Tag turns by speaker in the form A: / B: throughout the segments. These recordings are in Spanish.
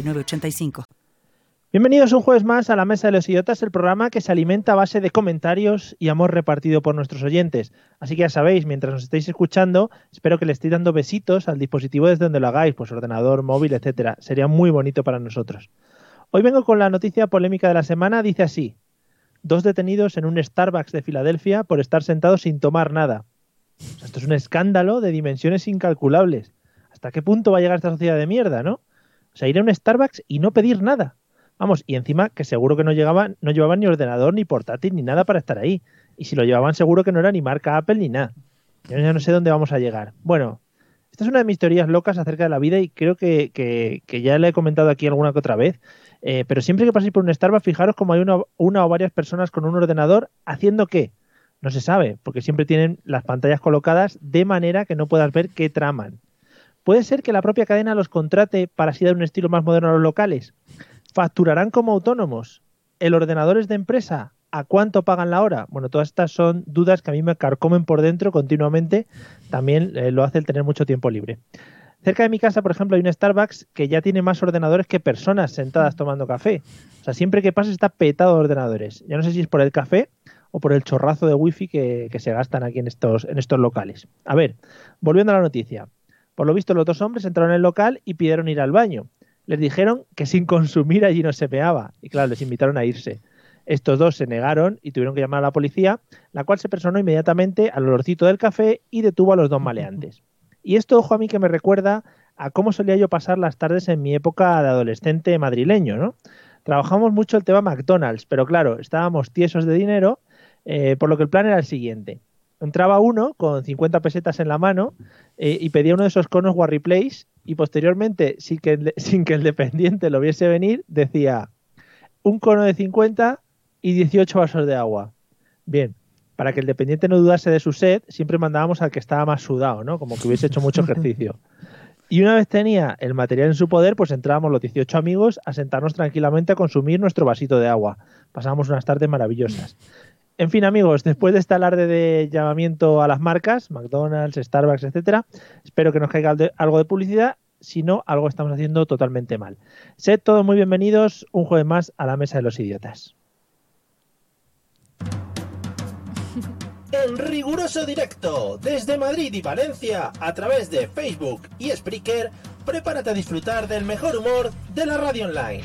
A: 985.
B: Bienvenidos un jueves más a la Mesa de los Idiotas, el programa que se alimenta a base de comentarios y amor repartido por nuestros oyentes. Así que ya sabéis, mientras nos estéis escuchando, espero que le estéis dando besitos al dispositivo desde donde lo hagáis, pues ordenador, móvil, etcétera. Sería muy bonito para nosotros. Hoy vengo con la noticia polémica de la semana, dice así: dos detenidos en un Starbucks de Filadelfia por estar sentados sin tomar nada. O sea, esto es un escándalo de dimensiones incalculables. ¿Hasta qué punto va a llegar esta sociedad de mierda, no? O sea, ir a un Starbucks y no pedir nada. Vamos, y encima que seguro que no llegaban, no llevaban ni ordenador, ni portátil, ni nada para estar ahí. Y si lo llevaban seguro que no era ni marca Apple ni nada. Yo ya no sé dónde vamos a llegar. Bueno, esta es una de mis teorías locas acerca de la vida y creo que, que, que ya la he comentado aquí alguna que otra vez. Eh, pero siempre que paséis por un Starbucks, fijaros como hay una, una o varias personas con un ordenador haciendo qué. No se sabe, porque siempre tienen las pantallas colocadas de manera que no puedas ver qué traman. ¿Puede ser que la propia cadena los contrate para así dar un estilo más moderno a los locales? ¿Facturarán como autónomos? ¿El ordenador es de empresa? ¿A cuánto pagan la hora? Bueno, todas estas son dudas que a mí me carcomen por dentro continuamente. También eh, lo hace el tener mucho tiempo libre. Cerca de mi casa, por ejemplo, hay un Starbucks que ya tiene más ordenadores que personas sentadas tomando café. O sea, siempre que pasa está petado de ordenadores. Ya no sé si es por el café o por el chorrazo de wifi que, que se gastan aquí en estos, en estos locales. A ver, volviendo a la noticia. Por lo visto, los dos hombres entraron en el local y pidieron ir al baño. Les dijeron que sin consumir allí no se peaba. Y claro, les invitaron a irse. Estos dos se negaron y tuvieron que llamar a la policía, la cual se personó inmediatamente al olorcito del café y detuvo a los dos maleantes. Y esto, ojo a mí, que me recuerda a cómo solía yo pasar las tardes en mi época de adolescente madrileño, ¿no? Trabajamos mucho el tema McDonald's, pero claro, estábamos tiesos de dinero, eh, por lo que el plan era el siguiente entraba uno con 50 pesetas en la mano eh, y pedía uno de esos conos War Replace y posteriormente, sin que, el, sin que el dependiente lo viese venir, decía un cono de 50 y 18 vasos de agua. Bien, para que el dependiente no dudase de su sed, siempre mandábamos al que estaba más sudado, ¿no? Como que hubiese hecho mucho ejercicio. Y una vez tenía el material en su poder, pues entrábamos los 18 amigos a sentarnos tranquilamente a consumir nuestro vasito de agua. Pasábamos unas tardes maravillosas. En fin, amigos, después de este alarde de llamamiento a las marcas, McDonald's, Starbucks, etcétera, espero que nos caiga algo de publicidad. Si no, algo estamos haciendo totalmente mal. Sed todos muy bienvenidos un jueves más a la Mesa de los Idiotas.
C: En riguroso directo, desde Madrid y Valencia, a través de Facebook y Spreaker, prepárate a disfrutar del mejor humor de la radio online.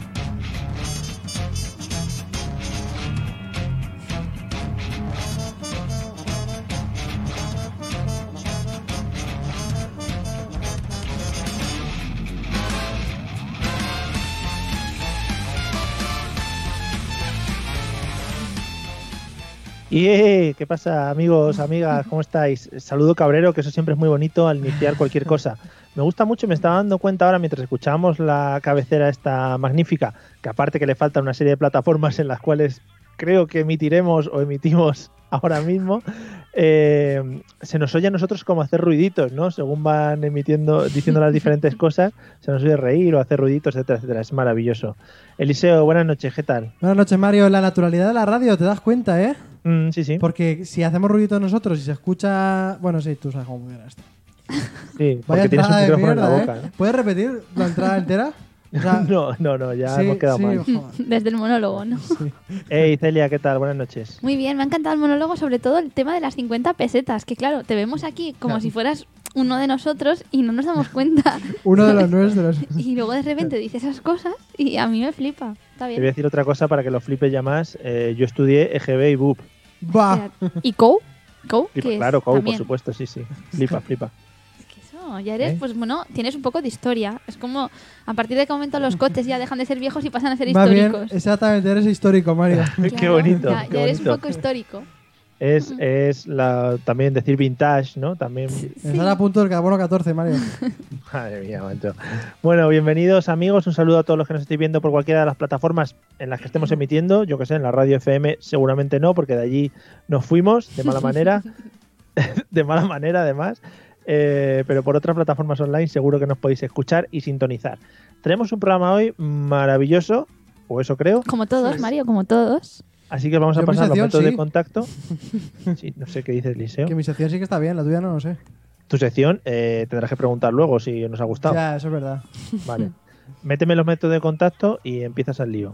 B: Y eh, ¿Qué pasa, amigos, amigas? ¿Cómo estáis? Saludo Cabrero, que eso siempre es muy bonito al iniciar cualquier cosa. Me gusta mucho y me estaba dando cuenta ahora mientras escuchamos la cabecera esta magnífica, que aparte que le faltan una serie de plataformas en las cuales creo que emitiremos o emitimos ahora mismo, eh, se nos oye a nosotros como hacer ruiditos, ¿no? Según van emitiendo, diciendo las diferentes cosas, se nos oye reír o hacer ruiditos, etcétera, etcétera. Es maravilloso. Eliseo, buenas noches, ¿qué tal?
D: Buenas noches, Mario. La naturalidad de la radio, ¿te das cuenta, eh?
B: Mm, sí, sí.
D: Porque si hacemos ruido nosotros y se escucha. Bueno, sí, tú sabes cómo funciona esto.
B: Sí,
D: Vaya
B: porque tienes un
D: entrada de
B: micrófono en la
D: mierda,
B: boca.
D: ¿eh? ¿Puedes repetir la entrada entera? O sea,
B: No, no, no, ya
D: sí,
B: hemos quedado
D: sí,
B: mal.
D: joder.
E: Desde el monólogo, ¿no?
B: Hey, Celia, ¿qué tal? Buenas noches.
E: Muy bien, me ha encantado el monólogo, sobre todo el tema de las 50 pesetas, que claro, te vemos aquí como si fueras uno de nosotros y no nos damos cuenta.
D: Uno de los nuestros.
E: Y luego de repente dice esas cosas y a mí me flipa. Está
B: Te voy a
E: bien.
B: decir otra cosa para que lo flipes ya más. Eh, yo estudié EGB y BUP.
E: O
D: Va.
E: sea, ¿Y Cow? ¿Cow?
B: Flipa,
E: ¿Qué es?
B: Ah. claro, Cou, por
E: También.
B: supuesto, sí, sí. Flipa, flipa.
E: Es que eso No, ya eres,
B: ¿Eh?
E: pues bueno, tienes un poco de historia. Es como, a partir de que aumentan los coches ya dejan de ser viejos y pasan a ser
D: Más bien,
E: históricos.
D: exactamente, eres histórico, Mario.
E: Claro,
B: qué bonito.
E: Ya,
B: qué
E: ya eres
B: bonito.
E: un poco histórico.
B: Es, es la, también decir vintage, ¿no? También.
D: Estás a punto del carbono 14, Mario.
B: Madre mía, macho. Bueno, bienvenidos amigos. Un saludo a todos los que nos estéis viendo por cualquiera de las plataformas en las que estemos emitiendo. Yo que sé, en la radio FM seguramente no, porque de allí nos fuimos de mala manera. de mala manera, además. Eh, pero por otras plataformas online seguro que nos podéis escuchar y sintonizar. Tenemos un programa hoy maravilloso, o eso creo.
E: Como todos, Mario, como todos.
B: Así que vamos a
D: Yo mi
B: pasar los
D: sección,
B: métodos de
D: sí.
B: contacto. Sí, no sé qué dices, Liceo.
D: Que mi sección sí que está bien, la tuya no lo sé.
B: Tu sección eh, tendrás que preguntar luego si nos ha gustado.
D: Ya, eso es verdad.
B: Vale. Méteme los métodos de contacto y empiezas el lío.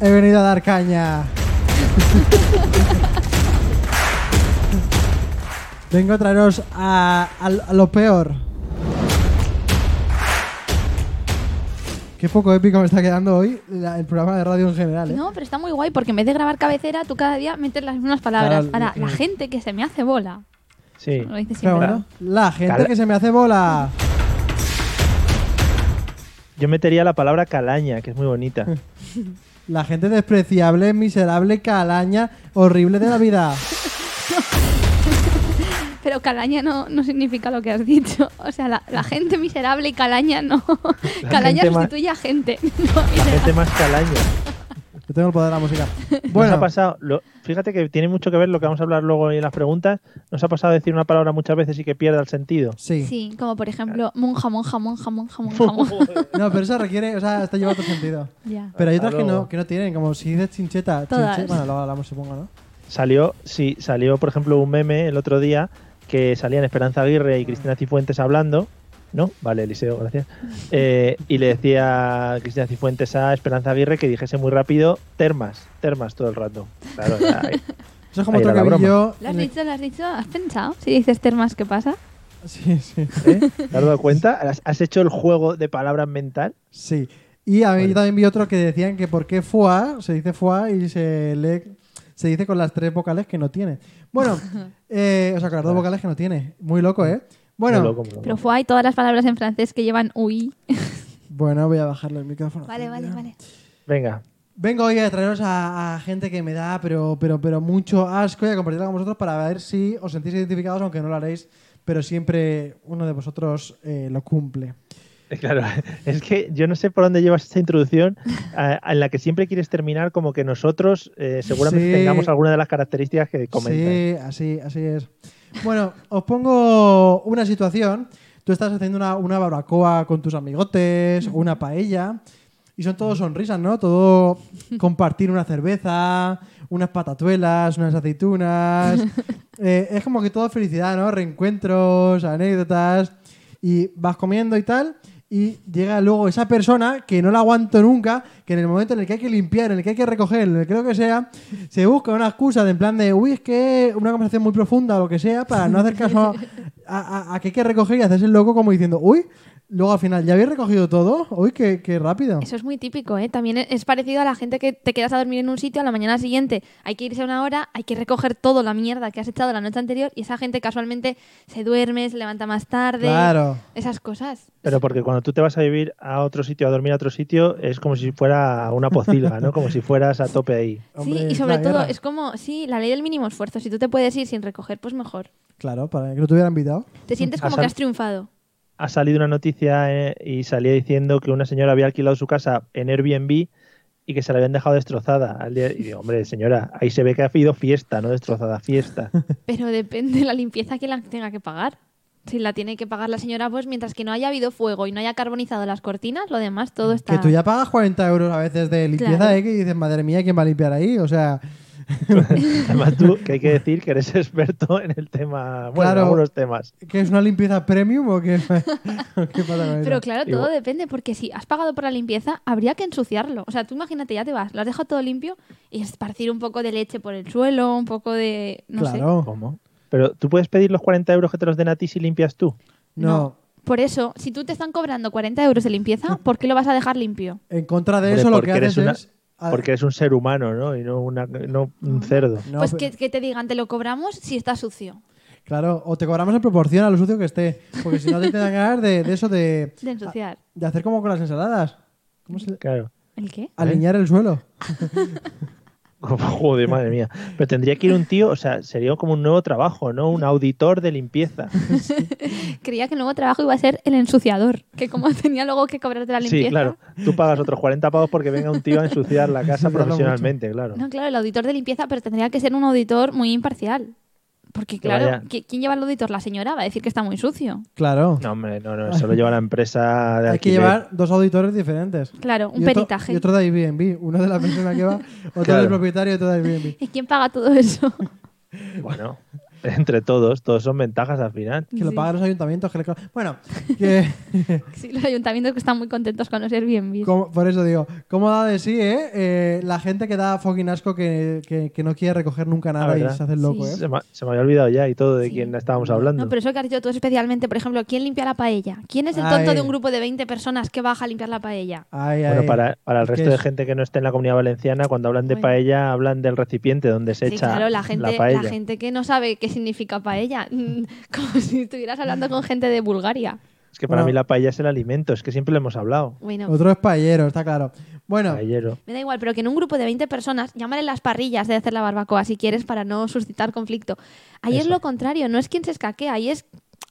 D: He venido a dar caña. Vengo a traeros a, a- a lo peor. Qué poco épico me está quedando hoy la- el programa de radio en general, ¿eh?
E: No, pero está muy guay porque en vez de grabar cabecera, tú cada día metes las mismas palabras.
D: Claro,
E: Ahora,
D: mm.
E: la gente que se me hace bola.
B: Sí.
E: Lo dice
D: Claro,
E: siempre.
D: ¿no? La gente
B: Cala-
D: que se me hace bola.
B: Yo metería la palabra calaña, que es muy bonita.
D: La gente despreciable, miserable, calaña, horrible de la vida.
E: Pero calaña no, no significa lo que has dicho. O sea, la, la gente miserable y calaña no.
B: Mm. La
E: calaña
B: gente más-
E: sustituye a gente. No,
B: La
E: miserable.
B: gente más calaña.
D: Yo tengo el poder de la música.
B: Bueno,
D: Bueno,
B: ha pasado. lo- fíjate que tiene mucho que ver lo que vamos a hablar luego en las preguntas. Nos ha pasado decir una palabra muchas veces y que pierda el sentido.
D: sí.
E: Sí, como por ejemplo, monja, monja, monja, monja, monja, monja.
D: No, pero eso requiere, o sea, esto lleva otro sentido.
E: ya.
D: Pero hay otras
B: Hasta
D: que no,
B: luego.
D: que no tienen, como si dices chincheta.
E: Todas.
D: chinche- bueno, lo hablamos, supongo, ¿no?
B: Salió, sí, salió, por ejemplo, un meme el otro día que salían Esperanza Aguirre y Cristina Cifuentes hablando. ¿No? Vale, Eliseo, gracias. Eh, y le decía Cristina Cifuentes a Esperanza Aguirre que dijese muy rápido termas, termas todo el rato. Claro, ya, eh,
D: Eso es como
B: Ahí era
D: otro que
B: la
D: vi
B: broma.
D: yo.
E: ¿Lo has
D: en el-
E: dicho? ¿Lo has dicho? ¿Has pensado? Si dices termas, ¿qué pasa?
D: Sí, sí.
B: ¿Eh? ¿Te has dado cuenta? ¿Has- ¿Has hecho el juego de palabras mental?
D: Sí. Y a mí
B: Vale.
D: también vi otro que decían que por qué foie se dice foie y se lee, se dice con las tres vocales que no tiene. Bueno, eh, o sea, con las dos vocales que no tiene. Muy loco, ¿eh? Bueno,
B: Muy loco, muy loco.
E: Pero fue ahí todas las palabras en francés que llevan UI.
D: bueno, voy a bajarle el micrófono.
E: Vale, vale, vale.
B: Venga,
D: Vengo hoy a traeros a, a gente que me da, pero, pero, pero mucho asco y a compartirla con vosotros para ver si os sentís identificados, aunque no lo haréis, pero siempre uno de vosotros eh, lo cumple.
B: eh, claro, es que yo no sé por dónde llevas esta introducción a- en la que siempre quieres terminar como que nosotros eh, seguramente
D: Sí.
B: tengamos alguna de las características que comentas.
D: Sí, así, así es. Bueno, os pongo una situación. Tú estás haciendo una, una barbacoa con tus amigotes, o una paella, y son todos sonrisas, ¿no? Todo compartir una cerveza, unas patatuelas, unas aceitunas. Eh, es como que todo felicidad, ¿no? Reencuentros, anécdotas, y vas comiendo y tal. Y llega luego esa persona que no la aguanto nunca, que en el momento en el que hay que limpiar, en el que hay que recoger, en el que lo que sea, se busca una excusa de en plan de, uy, es que una conversación muy profunda o lo que sea, para no hacer caso a, a- a que hay que recoger y hacerse el loco como diciendo, uy, luego al final, ¿ya habéis recogido todo? Uy, qué, qué rápido.
E: Eso es muy típico, ¿eh? También es- es parecido a la gente que te quedas a dormir en un sitio, a la mañana siguiente hay que irse a una hora, hay que recoger todo la mierda que has echado la noche anterior y esa gente casualmente se duerme, se levanta más tarde.
D: Claro.
E: Esas cosas.
B: Pero porque cuando tú te vas a vivir a otro sitio, a dormir a otro sitio, es como si fuera una pocilga, ¿no? Como si fueras a tope ahí.
D: Hombre,
E: sí, y
D: es
E: sobre
D: la
E: todo
D: guerra.
E: es como, sí, la ley del mínimo esfuerzo. Si tú te puedes ir sin recoger, pues mejor.
D: Claro, para que no te hubieran invitado.
E: Te sientes como
B: Ajá.
E: que has triunfado.
B: Ha salido una noticia eh, y salía diciendo que una señora había alquilado su casa en Airbnb y que se la habían dejado destrozada. Al día- Y digo, hombre, señora, ahí se ve que ha sido fiesta, no destrozada, fiesta.
E: Pero depende de la limpieza que la tenga que pagar. Si la tiene que pagar la señora, pues mientras que no haya habido fuego y no haya carbonizado las cortinas, lo demás todo está...
D: Que tú ya pagas 40 euros a veces de limpieza,
E: Claro.
D: ¿eh? Que dices, madre mía, ¿quién va a limpiar ahí? O sea,
B: Además tú, que hay que decir que eres experto en el tema, bueno, en
D: Claro.
B: algunos temas.
D: ¿Que es una limpieza premium o qué, o qué pasa con eso?
E: Pero claro, todo
B: Igual.
E: depende, porque si has pagado por la limpieza, habría que ensuciarlo. O sea, tú imagínate, ya te vas, lo has dejado todo limpio y esparcir un poco de leche por el suelo, un poco de. No sé.
D: claro.
B: ¿Cómo? Pero tú puedes pedir los 40 euros que te los den a ti si limpias tú.
D: No,
E: Por eso, si tú te están cobrando 40 euros de limpieza, ¿por qué lo vas a dejar limpio?
D: en contra de
B: Hombre,
D: eso lo
B: porque
D: que haces
B: eres una-
D: es... a-
B: Porque eres un ser humano, ¿no? Y no, una, no un cerdo.
D: no,
E: pues
D: pe-
E: que, que te digan, te lo cobramos si está sucio.
D: Claro, o te cobramos en proporción a lo sucio que esté. Porque si no te dan ganas de, de eso de,
B: Ah.
E: De ensuciar.
D: de hacer como con las ensaladas. ¿Cómo se
B: Claro.
E: ¿El qué?
D: Alinear el suelo.
B: Joder, madre mía. Pero tendría que ir un tío, o sea, sería como un nuevo trabajo, ¿no? Un auditor de limpieza.
E: Creía que el nuevo trabajo iba a ser el ensuciador, que como tenía luego que cobrarte la limpieza.
B: Sí, claro. Tú pagas otros 40 pavos porque venga un tío a ensuciar la casa
D: Ensuciarlo
B: profesionalmente, claro.
E: No, claro, el auditor de limpieza, pero tendría que ser un auditor muy imparcial. Porque
B: Que
E: claro,
B: vaya-
E: ¿qui- ¿quién lleva el auditor? La señora va a decir que está muy sucio.
D: Claro.
B: No, hombre, no, no, eso lo lleva la empresa de
D: Hay que
B: alquiler.
D: llevar dos auditores diferentes.
E: Claro, un
D: Y otro-
E: peritaje.
D: Y otro de Airbnb. Uno de la persona que va, otro
B: Claro.
D: del propietario y otro de Airbnb.
E: ¿Y quién paga todo eso?
B: Bueno, entre todos, todos son ventajas al final.
D: Que lo
E: Sí.
D: pagan los ayuntamientos. Que le co- Bueno, que,
E: Sí, los ayuntamientos que están muy contentos con los Airbnb.
D: como- por eso digo, ¿cómo da de sí, eh? Eh, la gente que da fucking asco que, que- que no quiere recoger nunca nada y
B: verdad.
D: se hace el loco,
E: Sí.
D: ¿eh?
B: Se me, se me había olvidado ya y todo de
E: Sí.
B: quién estábamos hablando.
E: No, pero eso que has dicho tú especialmente, por ejemplo, ¿quién limpia la paella? ¿Quién es el
D: Ay.
E: tonto de un grupo de 20 personas que baja a limpiar la paella?
D: Ay,
B: Bueno,
D: ay.
B: para, para el
D: eh, Es que
B: resto de
D: es-
B: gente que no esté en la comunidad valenciana, cuando hablan de
E: Bueno.
B: paella, hablan del recipiente donde se
E: sí,
B: echa
E: claro, la gente, la,
B: paella.
E: gente que no sabe qué significa paella. Mm, Como si estuvieras hablando con gente de Bulgaria.
B: Es que para
D: Bueno.
B: mí la paella es el alimento, es que siempre lo hemos hablado.
E: Bueno,
D: Otro es paellero, está claro. Bueno,
B: Paellero.
E: me da igual, pero que en un grupo de 20 personas, llámale las parrillas de hacer la barbacoa si quieres para no suscitar conflicto. Ahí es
B: Eso.
E: lo contrario, no es quien se escaquea, ahí es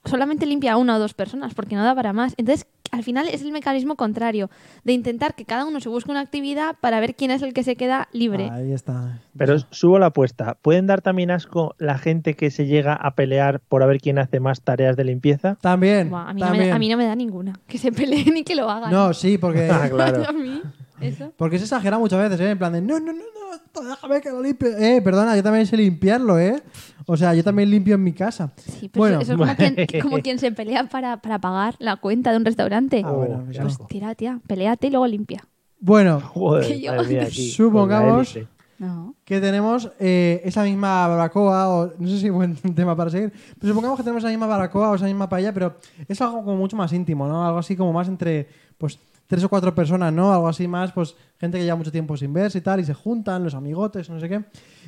E: solamente limpia una o dos personas porque no da para más. Entonces, al final es el mecanismo contrario de intentar que cada uno se busque una actividad para ver quién es el que se queda libre.
D: ahí está.
B: Pero subo la apuesta. ¿Pueden dar también asco la gente que se llega a pelear por a ver quién hace más tareas de limpieza?
D: También.
E: Buah, a, mí no me,
D: también.
E: da- a mí no me da ninguna. Que se peleen y que lo hagan.
D: No, sí,
E: Eh,
D: porque,
B: Ah, claro.
E: A mí, eso.
D: porque se exagera muchas veces, ¿eh? En plan de, no, no, no, no, esto déjame que lo limpie. Eh, perdona, yo también sé limpiarlo, ¿eh? O sea, yo también limpio en mi casa.
E: Sí, pero
D: Bueno.
E: eso es como quien, como quien se pelea para, para pagar la cuenta de un restaurante. Pues
D: Ah, bueno,
B: Oh, qué
D: eso.
B: asco.
E: Tira, tía, peleate y luego limpia.
D: Bueno,
B: Joder,
E: Que yo-
B: madre mía, aquí,
D: Supongamos-
B: con la élite.
E: No.
D: que tenemos eh, esa misma barbacoa, o no sé si buen tema para seguir, pero supongamos que tenemos esa misma barbacoa o esa misma paella, pero es algo como mucho más íntimo, ¿no? Algo así como más entre, pues, tres o cuatro personas, ¿no? Algo así más, pues, gente que lleva mucho tiempo sin verse y tal, y se juntan, los amigotes, no sé qué.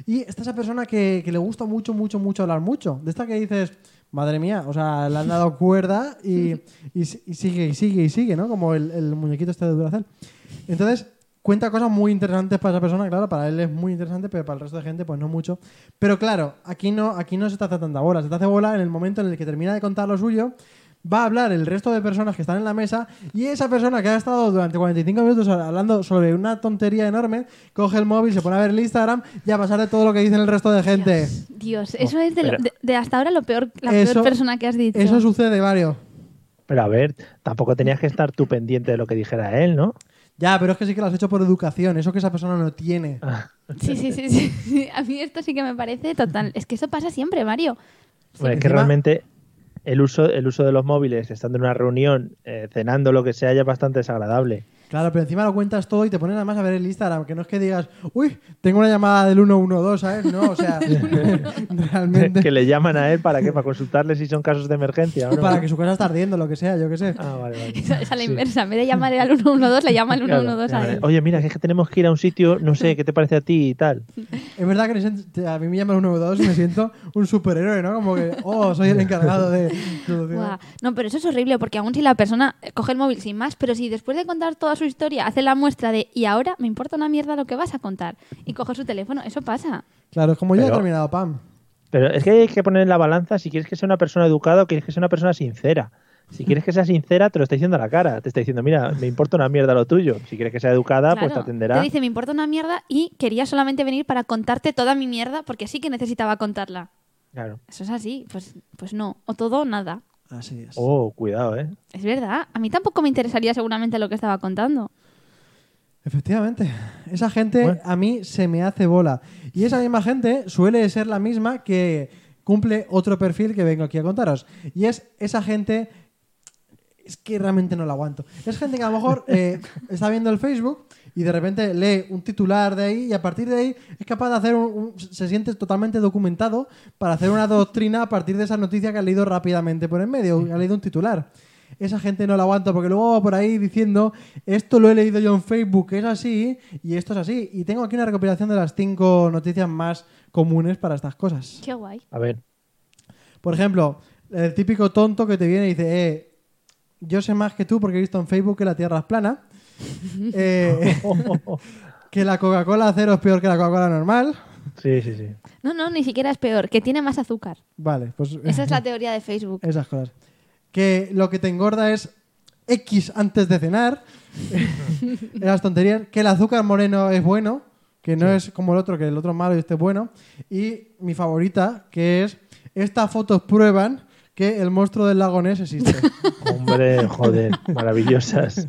D: Y está esa persona que, que le gusta mucho, mucho, mucho hablar mucho. De esta que dices, madre mía, o sea, le han dado cuerda y, y si- y sigue, y sigue, y sigue, ¿no? Como el, el muñequito este de Duracell. Entonces, cuenta cosas muy interesantes para esa persona, claro, para él es muy interesante, pero para el resto de gente, pues no mucho. Pero claro, aquí no, aquí no se te hace tanta bola, se te hace bola en el momento en el que termina de contar lo suyo, va a hablar el resto de personas que están en la mesa y esa persona que ha estado durante 45 minutos hablando sobre una tontería enorme, coge el móvil, se pone a ver el Instagram y a pasar de todo lo que dicen el resto de gente.
E: Dios, Dios, eso es de, lo- de- de hasta ahora lo peor, la
D: Eso-
E: peor persona que has dicho.
D: Eso sucede, Mario.
B: Pero a ver, tampoco tenías que estar tú pendiente de lo que dijera él, ¿no?
D: Ya, pero es que sí que lo has hecho por educación, eso que esa persona no tiene.
B: Ah,
E: Sí, sí, sí, sí, sí. A mí esto sí que me parece total. Es que eso pasa siempre, Mario.
B: Bueno, es que
D: encima-
B: realmente el uso, el uso de los móviles, estando en una reunión, eh, cenando, lo que sea, ya es bastante desagradable.
D: Claro, pero encima lo cuentas todo y te pones además a ver el Instagram, que no es que digas, uy, tengo una llamada del 112, ¿sabes? No, o sea,
B: que
D: realmente
B: le llaman a él para qué, para consultarle si son casos de emergencia. ¿o no?
D: para que su casa está ardiendo, lo que sea, yo qué sé.
B: Ah, vale, vale.
E: Es a la
B: Sí.
E: inversa. En vez de llamar al 112, le llama al
B: Claro,
E: 112 a
B: vale.
E: él.
B: Oye, mira, que es que tenemos que ir a un sitio, no sé, ¿qué te parece a ti y tal?
D: Es verdad que me siento- a mí me llaman 112 y me siento un superhéroe, ¿no? Como que, oh, soy el encargado de...
E: Buah. No, pero eso es horrible porque aún si la persona coge el móvil sin más, pero si después de contar toda su historia hace la muestra de y ahora me importa una mierda lo que vas a contar y coge su teléfono, eso pasa.
D: Claro, es como yo he
B: Pero-
D: terminado, pam.
B: Pero es que hay que poner en la balanza si quieres que sea una persona educada o quieres que sea una persona sincera. Si quieres que sea sincera, te lo está diciendo a la cara. Te está diciendo, mira, me importa una mierda lo tuyo. Si quieres que sea educada, pues te
E: Claro,
B: atenderá.
E: dice, me importa una mierda y quería solamente venir para contarte toda mi mierda porque sí que necesitaba contarla.
B: Claro.
E: Eso es así, pues, pues no. O todo o nada.
D: Así es.
B: Oh, cuidado, ¿eh?
E: Es verdad, a mí tampoco me interesaría seguramente lo que estaba contando.
D: Efectivamente. Esa gente
B: Bueno.
D: a mí se me hace bola. Y esa misma gente suele ser la misma que cumple otro perfil que vengo aquí a contaros. Y es esa gente... Es que realmente no la aguanto. Es gente que a lo mejor eh, está viendo el Facebook y de repente lee un titular de ahí y a partir de ahí es capaz de hacer un, un- se siente totalmente documentado para hacer una doctrina a partir de esa noticia que ha leído rápidamente por en medio, que ha leído un titular. Esa gente no la aguanta porque luego va por ahí diciendo esto lo he leído yo en Facebook, es así y esto es así. Y tengo aquí una recopilación de las cinco noticias más comunes para estas cosas.
E: Qué guay.
B: A ver.
D: Por ejemplo, el típico tonto que te viene y dice, eh, yo sé más que tú porque he visto en Facebook que la Tierra es plana, eh, que la Coca-Cola cero es peor que la Coca-Cola normal.
B: Sí, sí, sí.
E: No, no, ni siquiera es peor, que tiene más azúcar.
D: Vale, pues
E: Esa es la teoría de Facebook.
D: esas cosas. Que lo que te engorda es X antes de cenar. Esas tonterías. Que el azúcar moreno es bueno, que no es como el otro, que el otro es malo y este es bueno. Y mi favorita, que es estas fotos prueban que el monstruo del lago Ness existe.
B: Hombre, joder, maravillosas.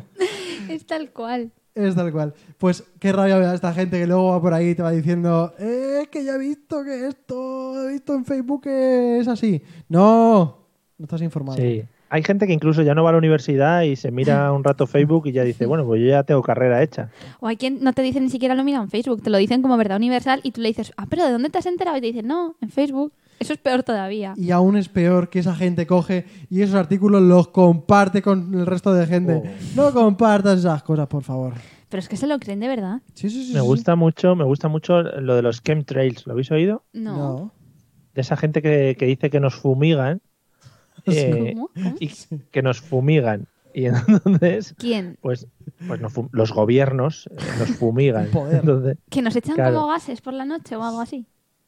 E: Es tal cual.
D: Es tal cual. Pues qué rabia me da esta gente que luego va por ahí y te va diciendo, eh, es que ya he visto que esto, he visto en Facebook que es así. No, no estás informado.
B: Sí. Hay gente que incluso ya no va a la universidad y se mira un rato Facebook y ya dice, bueno, pues yo ya tengo carrera hecha.
E: O hay quien no te dice ni siquiera lo mira en Facebook, te lo dicen como verdad universal y tú le dices, ah, pero ¿de dónde te has enterado? Y te dicen, no, en Facebook. Eso es peor todavía.
D: Y aún es peor que esa gente coge y esos artículos los comparte con el resto de gente.
B: Oh.
D: No compartas esas cosas, por favor.
E: Pero es que se lo creen de verdad.
D: Sí, sí, sí.
B: Me
D: sí.
B: gusta mucho, me gusta mucho lo de los chemtrails. ¿Lo habéis oído?
E: No.
D: No.
B: De esa gente que, que dice que nos fumigan. eh,
E: ¿Cómo? ¿Cómo?
B: y que nos fumigan. Y entonces,
E: ¿Quién?
B: pues, pues nos fum- los gobiernos eh, nos fumigan.
D: Poder.
B: Entonces,
E: ¿Que nos echan
B: Claro.
E: como gases por la noche o algo así?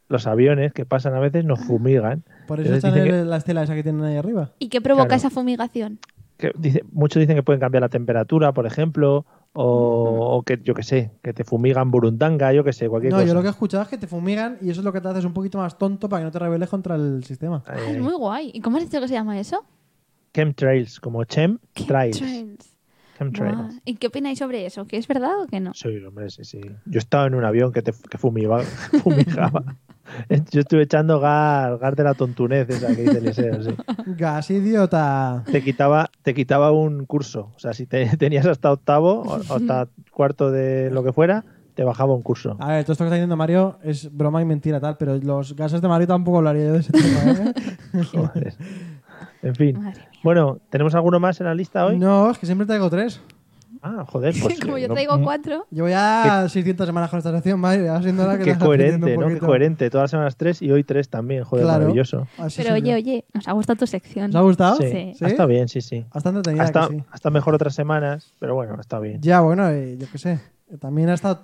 B: los aviones que pasan a veces nos fumigan.
D: Por eso
B: Entonces
D: está
B: dicen
D: la estela esa que tienen ahí arriba.
E: ¿Y qué provoca
B: Claro.
E: esa fumigación?
B: que dice- muchos dicen que pueden cambiar la temperatura, por ejemplo, o, o que yo que sé, que te fumigan burundanga, yo que sé, cualquier
D: Mm. No,
B: cosa.
D: yo lo que he escuchado es que te fumigan y eso es lo que te haces un poquito más tonto para que no te rebeles contra el sistema.
E: Ah,
B: Eh,
E: es muy guay. ¿Y cómo has dicho que se llama eso?
B: Chemtrails, como chem trails.
E: Chemtrails.
B: Chemtrails.
E: Guau. Ah, ¿Y qué opináis sobre eso? ¿Que es verdad o que no?
B: Sí, hombre, sí, sí. Yo estaba en un avión que te que fumigaba. fumigaba. Yo estuve echando gas, gas de la tontunez esa que dice Eliseo, sí.
D: Gas, idiota.
B: Te quitaba, te quitaba un curso. O sea, si te, tenías hasta octavo o o hasta cuarto de lo que fuera, te bajaba un curso.
D: A ver, todo esto que está diciendo Mario es broma y mentira tal, pero los gases de Mario tampoco hablaría yo de ese tema. ¿eh?
B: Joder. En fin.
E: Madre mía.
B: Bueno, ¿tenemos alguno más en la lista
D: ¿eh?
B: hoy?
D: No, es que siempre traigo tres.
B: Ah, joder, pues.
E: como
B: eh,
E: yo
B: no-
E: traigo cuatro,
D: Llevo ya 600 semanas con esta sección, Mario, ya va siendo hora que la
B: Qué
D: gente entienda
B: coherente,
D: un
B: ¿no? Qué
D: poquito.
B: coherente. Todas las semanas tres y hoy tres también. Joder,
D: Claro.
B: maravilloso.
D: Así
E: pero
D: soy
E: oye,
D: yo.
E: oye, nos ha gustado tu sección.
D: ¿Os ha gustado?
B: Sí.
E: Sí.
B: Ha estado bien, sí, sí.
D: Hasta entretenida,
B: Ha estado,
D: que sí.
B: ha estado mejor otras semanas, pero bueno, ha estado bien.
D: Ya, bueno, eh, yo qué sé. También ha estado...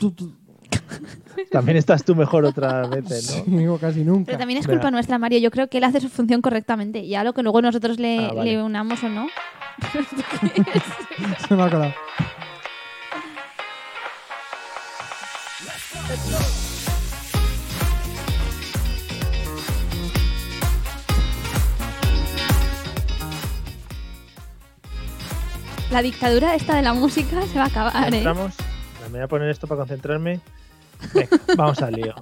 D: tú- tú-
B: También estás tú mejor otras veces, ¿no?
D: sí, digo, casi nunca.
E: Pero también es
B: Venga.
E: culpa nuestra, Mario. Yo creo que él hace su función correctamente. Ya lo que luego nosotros le,
B: Ah, vale.
E: le unamos o no.
D: Se me ha colado.
E: La dictadura esta de la música se va a acabar, ¿eh?
B: Entramos. Me voy a poner esto para concentrarme. Venga, vamos al lío.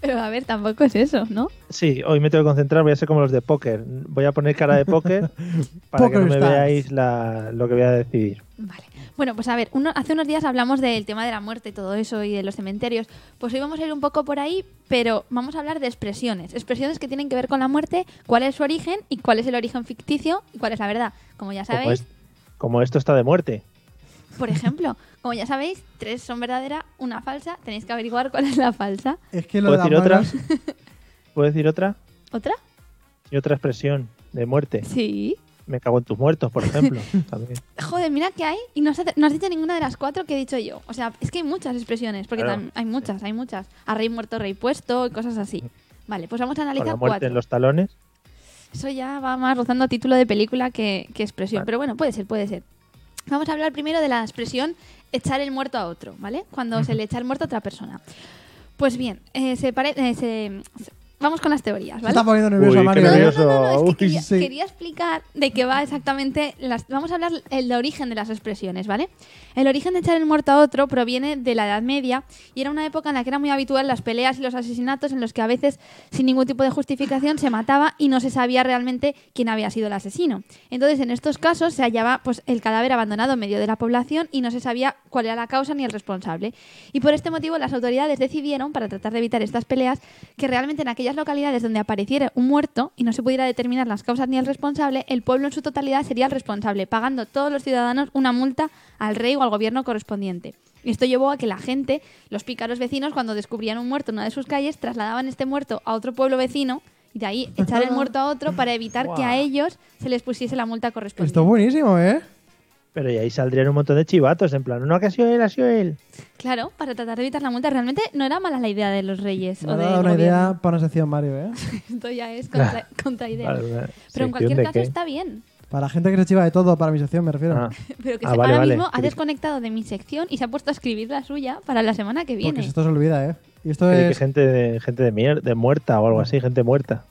E: Pero a ver, tampoco es eso, ¿no?
B: Sí, hoy me tengo que concentrar, voy a ser como los de póker. Voy a poner cara de póker para que
D: Poker
B: no me
D: stars.
B: veáis la- lo que voy a decidir.
E: Vale. Bueno, pues a ver, uno- hace unos días hablamos del tema de la muerte y todo eso y de los cementerios. Pues hoy vamos a ir un poco por ahí, pero vamos a hablar de expresiones. Expresiones que tienen que ver con la muerte, cuál es su origen y cuál es el origen ficticio y cuál es la verdad. Como ya
B: Como,
E: sabéis,
B: es- como esto está de muerte. pues.
E: por ejemplo, como ya sabéis, tres son verdaderas, una falsa. Tenéis que averiguar cuál es la falsa.
D: Es que lo
B: ¿Puedo
D: de las
B: decir otra?
D: manos-
B: ¿Puedo decir otra?
E: ¿Otra?
B: Y otra expresión de muerte.
E: Sí.
B: Me cago en tus muertos, por ejemplo. también.
E: Joder, mira que hay y no has, no has dicho ninguna de las cuatro que he dicho yo. O sea, es que hay muchas expresiones, porque
B: Claro.
E: tam- hay muchas, hay muchas. A rey muerto, rey puesto y cosas así. Vale, pues vamos a
B: Con
E: analizar
B: la muerte
E: cuatro.
B: en los talones.
E: Eso ya va más rozando a título de película que, que expresión.
B: Vale.
E: Pero bueno, puede ser, puede ser. Vamos a hablar primero de la expresión echar el muerto a otro, ¿vale? Cuando se le echa el muerto a otra persona. Pues bien, eh, se pare- eh, se- vamos con las teorías,
D: Se
E: ¿vale?
D: está poniendo nervioso
B: Uy, qué
D: Mario. ¿eh?
E: No, no,
B: nervioso.
E: no, no, es que
B: Uy,
E: quería,
D: sí.
E: quería explicar de qué va exactamente. Las, vamos a hablar el origen de las expresiones, ¿vale? El origen de echar el muerto a otro proviene de la Edad Media y era una época en la que era muy habitual las peleas y los asesinatos en los que a veces, sin ningún tipo de justificación, se mataba y no se sabía realmente quién había sido el asesino. Entonces, en estos casos, se hallaba pues, el cadáver abandonado en medio de la población y no se sabía cuál era la causa ni el responsable. Y por este motivo, las autoridades decidieron, para tratar de evitar estas peleas, que realmente en aquellas localidades donde apareciera un muerto y no se pudiera determinar las causas ni el responsable, el pueblo en su totalidad sería el responsable, pagando todos los ciudadanos una multa al rey o al gobierno correspondiente. Esto llevó a que la gente, los pícaros vecinos, cuando descubrían un muerto en una de sus calles, trasladaban este muerto a otro pueblo vecino y de ahí echar el muerto a otro para evitar que a ellos se les pusiese la multa correspondiente.
D: Esto es buenísimo, ¿eh?
B: Pero y ahí saldrían un montón de chivatos, en plan, no, que ha sido él, ha sido él.
E: Claro, para tratar de evitar la multa. Realmente no era mala la idea de los reyes
D: Me
E: o
D: ha
E: del
D: dado una
E: gobierno.
D: idea para una sección, Mario, ¿eh?
E: Esto ya es contra, contra idea.
B: Vale, una
E: Pero en
B: sección
E: cualquier
B: de
E: caso
B: qué.
E: está bien.
D: Para la gente que se chiva de todo, para mi sección me refiero.
B: Ah,
E: Pero que
B: Ah,
E: se-
B: vale,
E: ahora
B: vale.
E: mismo ha
B: Creí-
E: desconectado de mi sección y se ha puesto a escribir la suya para la semana que
D: porque
E: viene.
D: esto se olvida, ¿eh? Y esto
B: creí que
D: es...
B: gente de, gente de, mier- de muerta o algo así, gente muerta.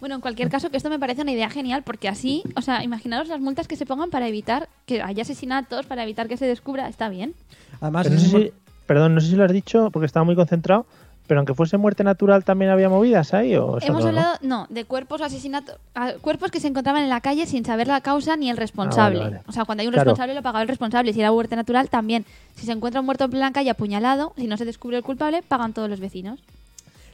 E: Bueno, en cualquier caso, que esto me parece una idea genial porque así, o sea, imaginaros las multas que se pongan para evitar que haya asesinatos, para evitar que se descubra. Está bien.
D: Además,
B: Pero no
D: es
B: sé
D: impor-
B: si- perdón, no sé si lo has dicho porque estaba muy concentrado, pero aunque fuese muerte natural también había movidas ahí o solo
E: Hemos
B: no?
E: hablado, no, de cuerpos asesinatos, cuerpos que se encontraban en la calle sin saber la causa ni el responsable.
B: Ah, vale.
E: O sea, cuando hay un
B: Claro.
E: responsable lo pagaba el responsable. Si era muerte natural, también. Si se encuentra un muerto en plena calle apuñalado, si no se descubre el culpable, pagan todos los vecinos.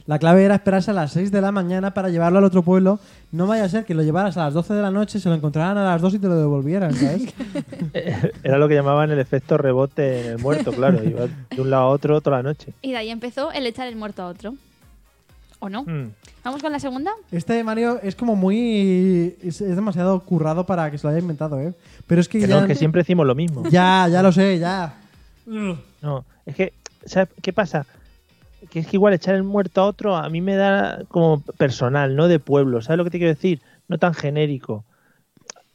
D: La clave era esperarse a las 6 de la mañana para llevarlo al otro pueblo. No vaya a ser que lo llevaras a las 12 de la noche, se lo encontraran a las 2 y te lo devolvieran, ¿sabes?
B: Era lo que llamaban el efecto rebote en el muerto, claro. Iba de un lado a otro toda la noche.
E: Y de ahí empezó el echar el muerto a otro. ¿O no?
B: Mm.
E: Vamos con la segunda.
D: Este Mario es como muy... Es, es demasiado currado para que se lo haya inventado, ¿eh? Pero es que,
B: Que
D: ya...
B: no, es que siempre decimos lo mismo.
D: Ya, ya lo sé, ya.
B: No, es que, ¿sabes qué pasa? Que es que igual echar el muerto a otro a mí me da como personal, no de pueblo. ¿Sabes lo que te quiero decir? No tan genérico.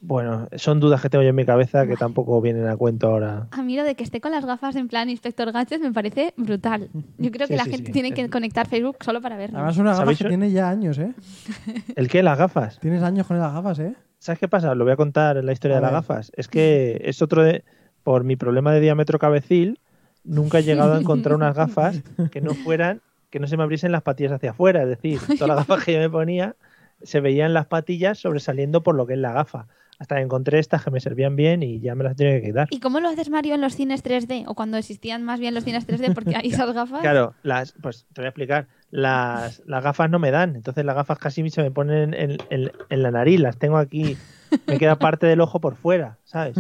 B: Bueno, son dudas que tengo yo en mi cabeza que tampoco vienen a cuento ahora.
E: A mí lo de que esté con las gafas en plan Inspector Gadget me parece brutal. Yo creo
B: Sí,
E: que la
B: sí,
E: gente
B: sí.
E: tiene que conectar Facebook solo para verlo.
D: Además, una gafa
B: ¿Sabéis
D: que
B: yo?
D: tiene ya años, ¿eh?
B: ¿El qué? Las gafas.
D: Tienes años con las gafas, ¿eh?
B: ¿Sabes qué pasa? Lo voy a contar en la historia
D: A
B: de las
D: ver.
B: gafas. Es que es otro de. Por mi problema de diámetro cabecil, nunca he llegado a encontrar unas gafas que no fueran. que no se me abriesen las patillas hacia afuera. Es decir, todas las gafas que yo me ponía se veían las patillas sobresaliendo por lo que es la gafa. Hasta que encontré estas que me servían bien y ya me las tenía que quitar.
E: ¿Y cómo lo haces, Mario, en los cines 3D? O cuando existían más bien los cines 3D, porque hay esas gafas.
B: Claro, las, pues te voy a explicar. Las, las gafas no me dan, entonces las gafas casi se me ponen en, en- en la nariz, las tengo aquí. Me queda parte del ojo por fuera, ¿sabes?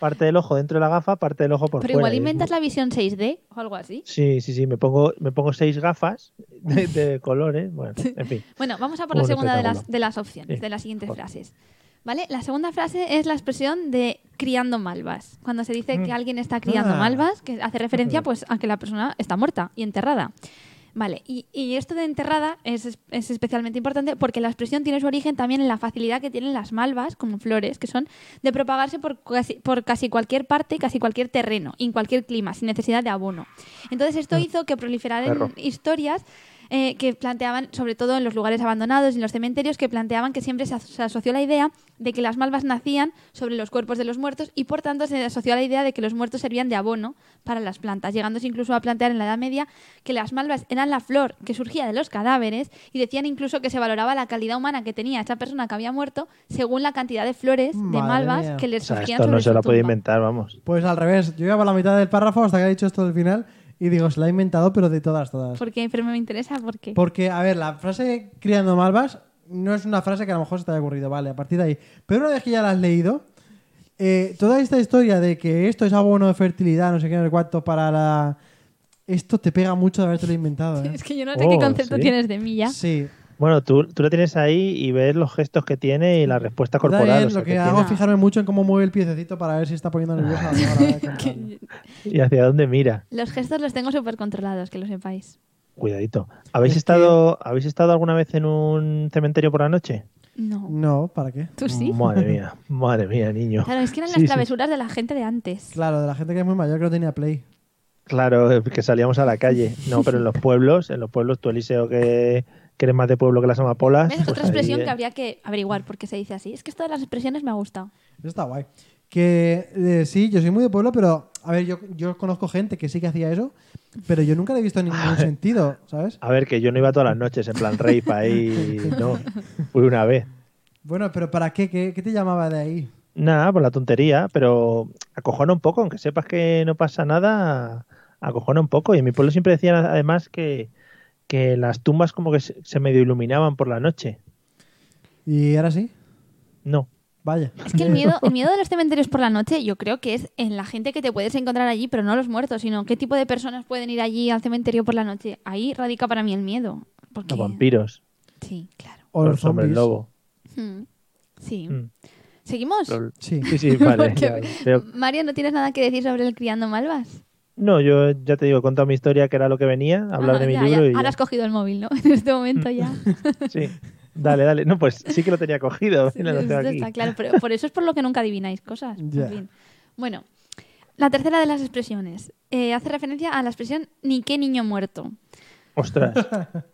B: Parte del ojo dentro de la gafa, parte del ojo por fuera.
E: Pero
B: ¿eh?
E: igual
B: Y es
E: inventas
B: muy-
E: la visión 6D o algo así.
B: Sí, sí, sí, me pongo, me pongo seis gafas de, de colores, bueno, en fin.
E: Bueno, vamos a por la
B: Un
E: segunda de las,
B: espectáculo.
E: de las opciones,
B: Sí.
E: de las siguientes
B: Joder.
E: frases. ¿Vale? La segunda frase es la expresión de criando malvas. Cuando se dice
B: Mm.
E: que alguien está criando
D: Ah.
E: malvas, que hace referencia pues a que la persona está muerta y enterrada. Vale, y, y esto de enterrada es, es- es especialmente importante porque la expresión tiene su origen también en la facilidad que tienen las malvas, como flores, que son de propagarse por casi, por casi cualquier parte, y casi cualquier terreno, y en cualquier clima, sin necesidad de abono. Entonces esto hizo que proliferaran
B: Mm. Perro.
E: historias eh, que planteaban, sobre todo en los lugares abandonados, en los cementerios, que planteaban que siempre se, as- se asoció la idea de que las malvas nacían sobre los cuerpos de los muertos y por tanto se asoció a la idea de que los muertos servían de abono para las plantas, llegándose incluso a plantear en la Edad Media que las malvas eran la flor que surgía de los cadáveres y decían incluso que se valoraba la calidad humana que tenía esa persona que había muerto según la cantidad de flores de
D: Madre
E: malvas
D: mía.
E: que le
B: O sea,
E: surgían
B: esto
E: sobre
B: no se
E: su
B: lo podía
E: tumba.
B: inventar, vamos.
D: Pues al revés. Yo iba por la mitad del párrafo hasta que ha dicho esto del final y digo, se la ha inventado, pero de todas, todas.
E: Porque pero me interesa porque
D: Porque, a ver, la frase criando malvas no es una frase que a lo mejor se te haya ocurrido, vale, a partir de ahí. Pero una vez que ya la has leído, eh, toda esta historia de que esto es abono de fertilidad, no sé qué, no sé cuánto, para la. Esto te pega mucho de habértelo inventado, ¿eh?
E: es que yo no sé qué
B: Oh,
E: concepto
B: sí.
E: tienes de mí ya.
D: Sí.
B: Bueno, tú, tú la tienes ahí y ves los gestos que tiene y la respuesta corporal.
D: También
B: o sea,
D: lo
B: que
D: que hago es
E: tiene-
D: fijarme mucho en cómo mueve el piececito para ver si está poniendo nerviosa a la hora de contarlo.
B: tiene y hacia dónde mira.
E: Los gestos los tengo súper controlados, que lo sepáis.
B: Cuidadito. ¿Habéis
D: Es que-
B: estado, ¿Habéis estado alguna vez en un cementerio por la noche?
E: No.
D: No, ¿para qué?
E: ¿Tú sí?
B: Madre mía, madre mía, niño.
E: Claro, es que eran
B: Sí,
E: las
B: sí.
E: travesuras de la gente de antes.
D: Claro, de la gente que es muy mayor que no tenía play.
B: Claro, eh, que salíamos a la calle. No, pero en los pueblos, en los pueblos, tú Eliseo que, que eres más de pueblo que las amapolas.
E: ¿Ves?
B: pues
E: Otra
B: ahí,
E: expresión
B: eh.
E: que habría que averiguar por qué se dice así. Es que esto de las expresiones me ha gustado.
D: Eso está guay. Que eh, sí, yo soy muy de pueblo, pero a ver, yo, yo conozco gente que sí que hacía eso, pero yo nunca le he visto ningún sentido, ¿sabes?
B: A ver, que yo no iba todas las noches en plan rave ahí, no. Fui una vez.
D: Bueno, pero ¿para qué? ¿Qué, qué te llamaba de ahí?
B: Nada, por la tontería, pero acojona un poco, aunque sepas que no pasa nada, acojona un poco. Y en mi pueblo siempre decían a- además que, que las tumbas como que se, se medio iluminaban por la noche.
D: Y ahora sí,
B: No.
D: vaya.
E: Es que el miedo, el miedo de los cementerios por la noche, yo creo que es en la gente que te puedes encontrar allí, pero no los muertos, sino qué tipo de personas pueden ir allí al cementerio por la noche. Ahí radica para mí el miedo. Porque...
B: Los vampiros,
E: Sí, claro.
D: O los
B: hombres
D: zombies.
B: lobo.
E: Hmm. Sí.
B: Mm.
E: ¿Seguimos?
B: Los-
D: Sí.
B: Sí, sí, vale.
E: Porque-
B: ya, pero-
E: Mario, ¿no tienes nada que decir sobre el Criando Malvas?
B: no, yo ya te digo, he contado mi historia, que era lo que venía, hablar de mi
E: Ah, ya,
B: libro
E: ya.
B: y
E: Ahora
B: ya.
E: has cogido el móvil, ¿no? En este momento ya.
B: Sí. Dale, dale. No, pues sí que lo tenía cogido. Mira, lo
E: Sí,
B: tengo
E: esto
B: aquí.
E: está claro, pero por eso es por lo que nunca adivináis cosas. en
D: Ya.
E: fin. Bueno, la tercera de las expresiones eh, hace referencia a la expresión ni qué niño muerto.
B: Ostras.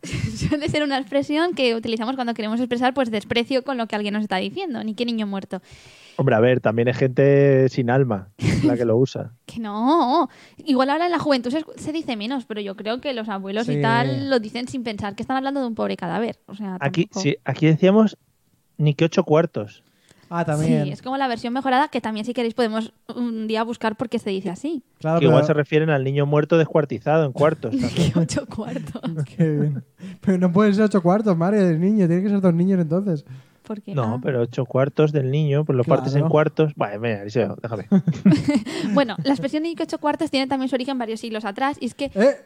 E: Suele ser una expresión que utilizamos cuando queremos expresar pues desprecio con lo que alguien nos está diciendo, ni qué niño muerto.
B: Hombre, a ver, también hay gente sin alma la que lo usa.
E: Que no, igual ahora en la juventud se, se dice menos, pero yo creo que los abuelos
D: Sí.
E: y tal lo dicen sin pensar que están hablando de un pobre cadáver. O sea,
B: Aquí,
E: Ah, tampoco-
B: sí, aquí decíamos ni que ocho cuartos.
D: Ah, también.
E: Sí, es como la versión mejorada que también si queréis podemos un día buscar por qué se dice así.
D: Claro,
B: que igual se
D: pero-
B: refieren al niño muerto descuartizado en cuartos. también.
E: Que ocho cuartos.
D: Qué bien. Pero no pueden ser ocho cuartos, Mario, del niño. Tienen que ser dos niños entonces.
E: Porque,
B: No,
E: ah.
B: pero ocho cuartos del niño, pues lo partes
D: Claro.
B: en cuartos. Vale, mira, Eliseo, déjame.
E: Bueno, la expresión de Nico ocho cuartos tiene también su origen varios siglos atrás y es que
D: ¿Eh?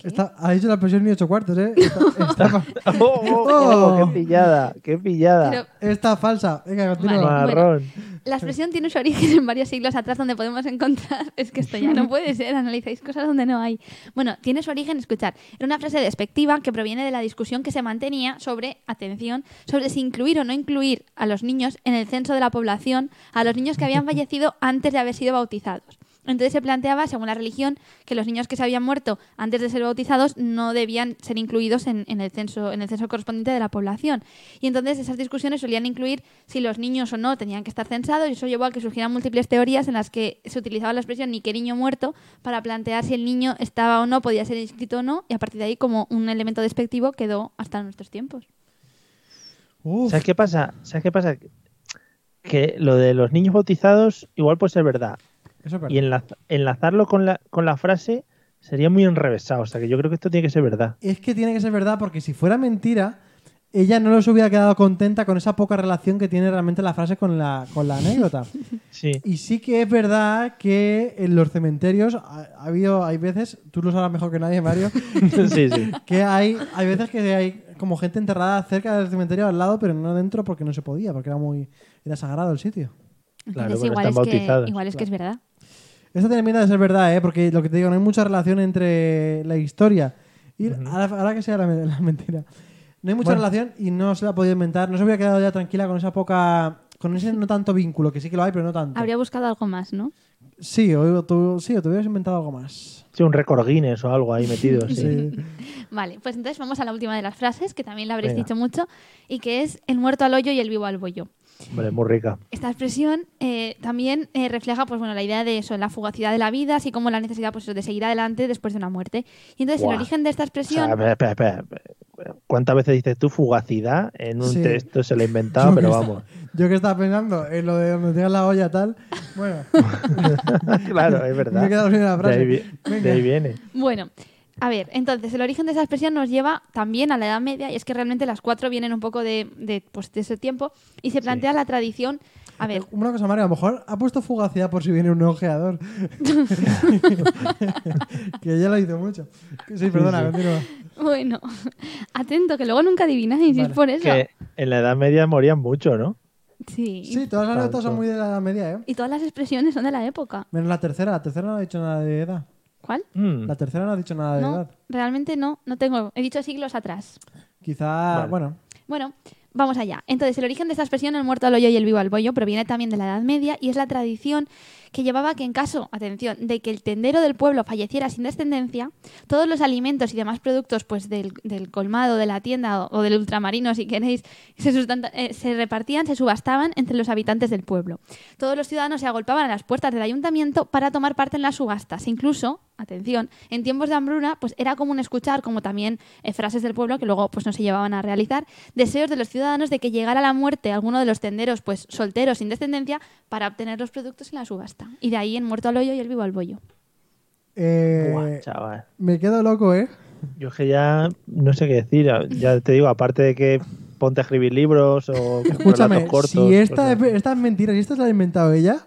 D: Está, ha dicho la expresión ni ocho cuartos, ¿eh? Está, está fa-
B: ¡Oh, oh, oh, qué pillada! ¡Qué pillada!
E: pero
D: está falsa. Venga, continúa.
E: Vale.
B: Marrón.
E: la expresión tiene su origen en varios siglos atrás donde podemos encontrar, es que esto ya no puede ser, analizáis cosas donde no hay. Bueno, tiene su origen, escuchar, era una frase despectiva que proviene de la discusión que se mantenía sobre, atención, sobre si incluir o no incluir a los niños en el censo de la población, a los niños que habían fallecido antes de haber sido bautizados. Entonces se planteaba, según la religión, que los niños que se habían muerto antes de ser bautizados no debían ser incluidos en, en el censo, en el censo correspondiente de la población. Y entonces esas discusiones solían incluir si los niños o no tenían que estar censados, y eso llevó a que surgieran múltiples teorías en las que se utilizaba la expresión ni que niño muerto para plantear si el niño estaba o no, podía ser inscrito o no, y a partir de ahí, como un elemento despectivo, quedó hasta nuestros tiempos.
D: Uf,
B: ¿Sabes qué pasa? ¿Sabes qué pasa? Que lo de los niños bautizados igual puede ser verdad.
D: eso es verdad.
B: Y enlaz- enlazarlo con la, con la frase sería muy enrevesado. O sea, que yo creo que esto tiene que ser verdad.
D: Es que tiene que ser verdad, porque si fuera mentira, ella no se hubiera quedado contenta con esa poca relación que tiene realmente la frase con la, con la anécdota.
B: Sí.
D: Y sí que es verdad que en los cementerios ha, ha habido, hay veces, tú lo sabrás mejor que nadie, Mario,
B: sí, sí.
D: que hay, hay veces que hay como gente enterrada cerca del cementerio al lado, pero no dentro porque no se podía, porque era muy era sagrado el sitio.
B: Claro,
E: Entonces,
B: porque
E: igual,
B: están
E: es que,
B: bautizados,
E: igual es que es verdad.
D: Esta tiene pinta de ser verdad, ¿eh? porque lo que te digo, no hay mucha relación entre la historia y ahora, ahora que sea la, me- la mentira. No hay mucha relación y no se la ha podido inventar. No se hubiera quedado ya tranquila con esa poca. con ese no tanto vínculo, que sí que lo hay, pero no tanto.
E: Habría buscado algo más, ¿no?
D: Sí, o, tú, sí, o te hubieras inventado algo más.
B: Sí, un récord Guinness o algo ahí metido. Sí.
D: Sí.
E: Vale, pues entonces vamos a la última de las frases, que también la habréis
B: Venga.
E: dicho mucho, y que es el muerto al hoyo y el vivo al bollo.
B: Hombre, muy rica.
E: Esta expresión eh, también eh, refleja pues, bueno, la idea de eso, la fugacidad de la vida, así como la necesidad pues, eso, de seguir adelante después de una muerte. Y entonces
B: Guau.
E: el origen de esta
B: O sea,
E: expresión...
B: espera, espera, espera, espera. ¿Cuántas veces dices tú fugacidad? En un
D: Sí.
B: texto se lo he inventado,
D: Yo
B: pero
D: que
B: vamos.
D: Yo que estaba pensando en lo de donde tengas la olla tal. Bueno,
B: claro, es verdad.
D: Me he quedado sin la frase.
B: De ahí, vi-
D: Venga.
B: de ahí viene.
E: Bueno, a ver, entonces el origen de esa expresión nos lleva también a la Edad Media, y es que realmente las cuatro vienen un poco de, de, pues, de ese tiempo, y se plantea la tradición... A ver,
D: una cosa, Mario, a lo mejor ha puesto fugacidad por si viene un ojeador. que ya lo hizo mucho. Sí, perdona, continúa.
E: bueno, atento, que luego nunca adivináis, y es
D: Vale.
E: por eso.
B: Que en la Edad Media morían mucho, ¿no?
E: Sí.
D: Sí, todas las notas son muy de la edad media, ¿eh?
E: Y todas las expresiones son de la época.
D: Menos la tercera, la tercera no ha dicho nada de edad.
E: ¿Cuál?
B: Mm.
D: La tercera no ha dicho nada de
E: No,
D: edad.
E: realmente no, no tengo. He dicho siglos atrás.
D: Quizá,
B: Vale.
D: bueno,
E: Bueno, vamos allá. Entonces, el origen de esta expresión, el muerto al hoyo y el vivo al bollo, proviene también de la Edad Media y es la tradición que llevaba que en caso, atención, de que el tendero del pueblo falleciera sin descendencia, todos los alimentos y demás productos pues del, del colmado, de la tienda o, o del ultramarino, si queréis, se, sustenta- eh, se repartían, se subastaban entre los habitantes del pueblo. Todos los ciudadanos se agolpaban a las puertas del ayuntamiento para tomar parte en las subastas. Incluso, atención, en tiempos de hambruna, pues era común escuchar, como también eh, frases del pueblo que luego pues no se llevaban a realizar, deseos de los ciudadanos de que llegara a la muerte alguno de los tenderos, pues solteros sin descendencia, para obtener los productos en la subasta. Y de ahí el muerto al hoyo y el vivo al bollo.
D: Eh,
B: Buah, chaval.
D: me quedo loco, ¿eh?
B: Yo es que ya no sé qué decir. Ya te digo, aparte de que ponte a escribir libros o
D: Escúchame,
B: relatos cortos. pues
D: si esta,
B: cosas-
D: es- estas mentiras y esta la ha inventado ella,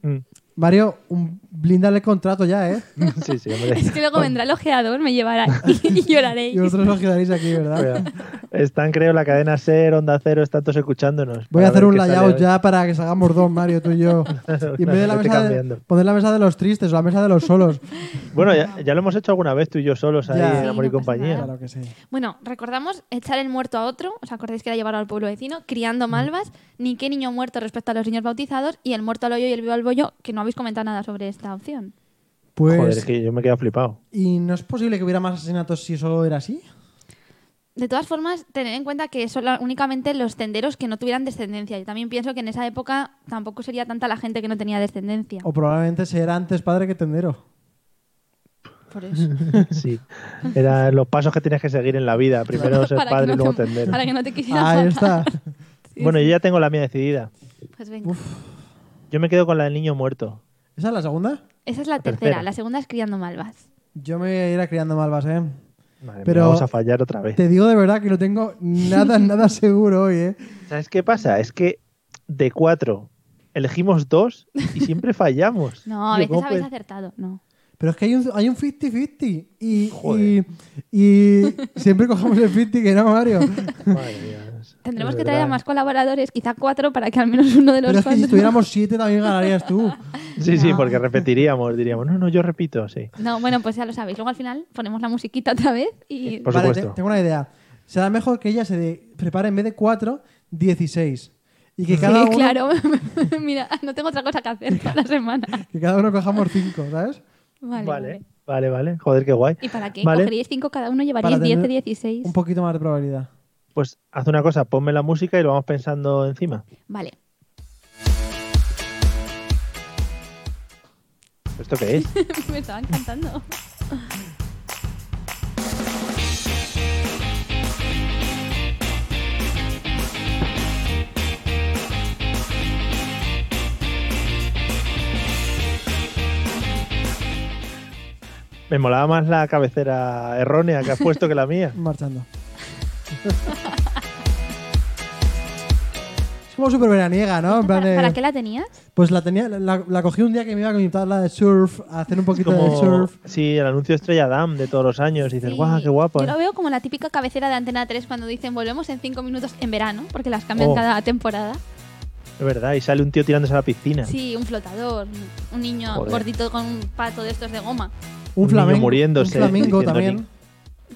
B: Mm,
D: Mario, un, blindale el contrato ya, ¿eh?
B: Sí, sí, hombre.
E: Es que luego vendrá el ojeador, me llevará y,
D: Y
E: lloraréis.
D: vosotros os quedaréis aquí, ¿verdad?
B: Cuidado. Están, creo, la cadena Ser, Onda Cero, están todos escuchándonos.
D: Voy
B: Para
D: a hacer
B: ver
D: un
B: qué sale
D: layout
B: hoy.
D: ya para que salgamos dos, Mario, tú y yo. Y en vez de la
B: Vete
D: mesa de-
B: cambiando.
D: poner la mesa de los tristes o la mesa de los solos.
B: Bueno, ya, ya lo hemos hecho alguna vez tú y yo solos ahí
D: Ya.
B: en
D: Sí,
B: Amor y
E: no pasa
B: Compañía.
E: nada.
D: Claro que sí.
E: Bueno, recordamos echar el muerto a otro, os acordáis que era llevarlo al pueblo vecino, criando malvas, ni qué niño muerto respecto a los niños bautizados, y el muerto al hoyo y el vivo al bollo, que no habéis comentado nada sobre esta opción.
D: Pues,
B: Joder, es que yo me he quedado flipado.
D: ¿y no es posible que hubiera más asesinatos si solo era así?
E: De todas formas, tened en cuenta que son la- únicamente los tenderos que no tuvieran descendencia. Yo también pienso que en esa época tampoco sería tanta la gente que no tenía descendencia.
D: O probablemente se era antes padre que tendero.
E: Por eso.
B: Sí. Eran los pasos que tienes que seguir en la vida. Primero ser
E: Para que
B: padre
E: no
B: y luego
E: te-
B: tender.
E: Para que no te quisieran
D: Ahí está.
E: matar.
B: Bueno, yo ya tengo la mía decidida.
E: Pues venga.
B: Yo me quedo con la del niño muerto.
D: ¿Esa es la segunda?
E: Esa es la tercera.
B: tercera.
E: La segunda es criando malvas.
D: Yo me voy a ir a criando malvas, ¿eh?
B: Madre mía,
D: Pero-
B: vamos a fallar otra vez.
D: Te digo de verdad que no tengo nada, nada seguro hoy, ¿eh?
B: ¿Sabes qué pasa? Es que de cuatro elegimos dos y siempre fallamos.
E: No, a
B: Tío,
E: veces
B: ¿cómo
E: habéis
B: puede-
E: acertado. No.
D: Pero es que hay un, hay un 50-50 y,
B: Joder.
D: y, y siempre cogemos el 50 que no, Mario.
B: Madre mía, es-
E: Tendremos
B: de
E: que traer a
B: verdad.
E: más colaboradores, quizá cuatro, para que al menos uno de los
D: Pero es que si
E: cuatro-
D: tuviéramos 7 también ganarías tú.
B: Sí, sí,
E: No.
B: porque repetiríamos, diríamos. No, no, yo repito, sí.
E: No, bueno, pues ya lo sabéis. Luego al final ponemos la musiquita otra vez y...
B: Por
D: vale,
B: supuesto.
D: te- tengo una idea. Será mejor que ella se de- prepare en vez de 4, 16. Y que cada,
E: Sí,
D: uno,
E: claro. Mira, no tengo otra cosa que hacer toda la semana.
D: que cada uno cojamos 5, ¿sabes?
E: Vale,
B: Vale,
E: vale.
B: vale, vale. Joder, qué guay.
E: ¿Y para qué?
B: Vale.
E: Cogeríais cinco cada uno,
D: Para
E: llevaríais
D: tener
E: 10 de 16.
D: Un poquito más de probabilidad.
B: Pues haz una cosa, ponme la música y lo vamos pensando encima.
E: Vale.
B: ¿Esto qué es?
E: Me estaban cantando.
B: Me molaba más la cabecera errónea que has puesto que la mía.
D: Marchando. es como súper veraniega, ¿no? En plan
E: ¿Para,
D: de-
E: para qué la tenías?
D: Pues la, tenía, la, la cogí un día que me iba con mi tabla de surf, a hacer un poquito de
B: Como,
D: surf.
B: sí, el anuncio de Estrella Damm de todos los años. Y dices,
E: Sí.
B: guau, qué guapo. ¿eh?".
E: Yo lo veo como la típica cabecera de Antena 3 cuando dicen volvemos en 5 minutos en verano, porque las cambian
B: Oh.
E: cada temporada.
B: Es verdad, y sale un tío tirándose a la piscina.
E: Sí, un flotador, un niño
B: Joder.
E: gordito con un pato de estos de goma.
B: Un
D: Un
B: niño
D: flamenco.
B: muriéndose,
D: Un flamingo
B: diciendo
D: también.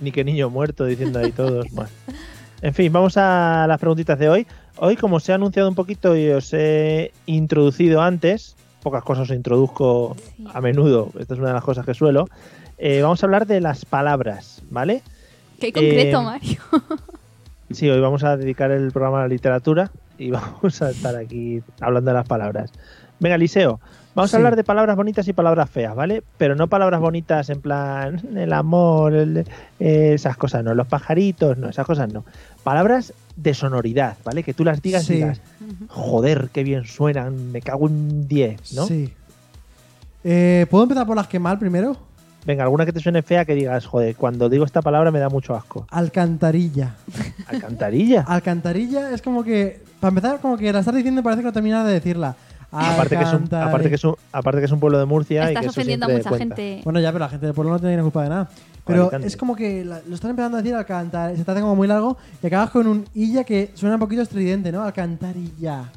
B: Ni que niño muerto, diciendo ahí todos. Bueno. En fin, vamos a las preguntitas de hoy. Hoy, como se ha anunciado un poquito y os he introducido antes, pocas cosas os introduzco
E: Sí.
B: a menudo, esta es una de las cosas que suelo, eh, vamos a hablar de las palabras, ¿vale?
E: Qué concreto,
B: Eh,
E: Mario.
B: Sí, hoy vamos a dedicar el programa a la literatura y vamos a estar aquí hablando de las palabras. Venga, Eliseo, vamos
D: Sí.
B: a hablar de palabras bonitas y palabras feas, ¿vale? Pero no palabras bonitas en plan el amor, el- eh, esas cosas no, los pajaritos, no, esas cosas no. Palabras de sonoridad, ¿vale? Que tú las digas
D: Sí.
B: y digas, joder, qué bien suenan, me cago en 10, ¿no?
D: Sí. Eh, ¿Puedo empezar por las que mal primero?
B: Venga, alguna que te suene fea que digas, joder, cuando digo esta palabra me da mucho asco.
D: Alcantarilla.
B: Alcantarilla.
D: Alcantarilla es como que, para empezar, como que la estás diciendo y parece que no terminas de decirla.
B: Aparte que, es un,
D: Alcantari-
B: aparte, que es un, aparte que es un pueblo de Murcia y
E: Estás
B: que eso
E: ofendiendo a
B: siempre
E: mucha
B: cuenta.
E: gente.
D: Bueno, ya, pero la gente del pueblo no tiene culpa de nada. Pero
B: Alicante.
D: es como que la- lo están empezando a decir alcantarilla, se te hace como muy largo y acabas con un illa que suena un poquito estridente, ¿no? Alcantarilla.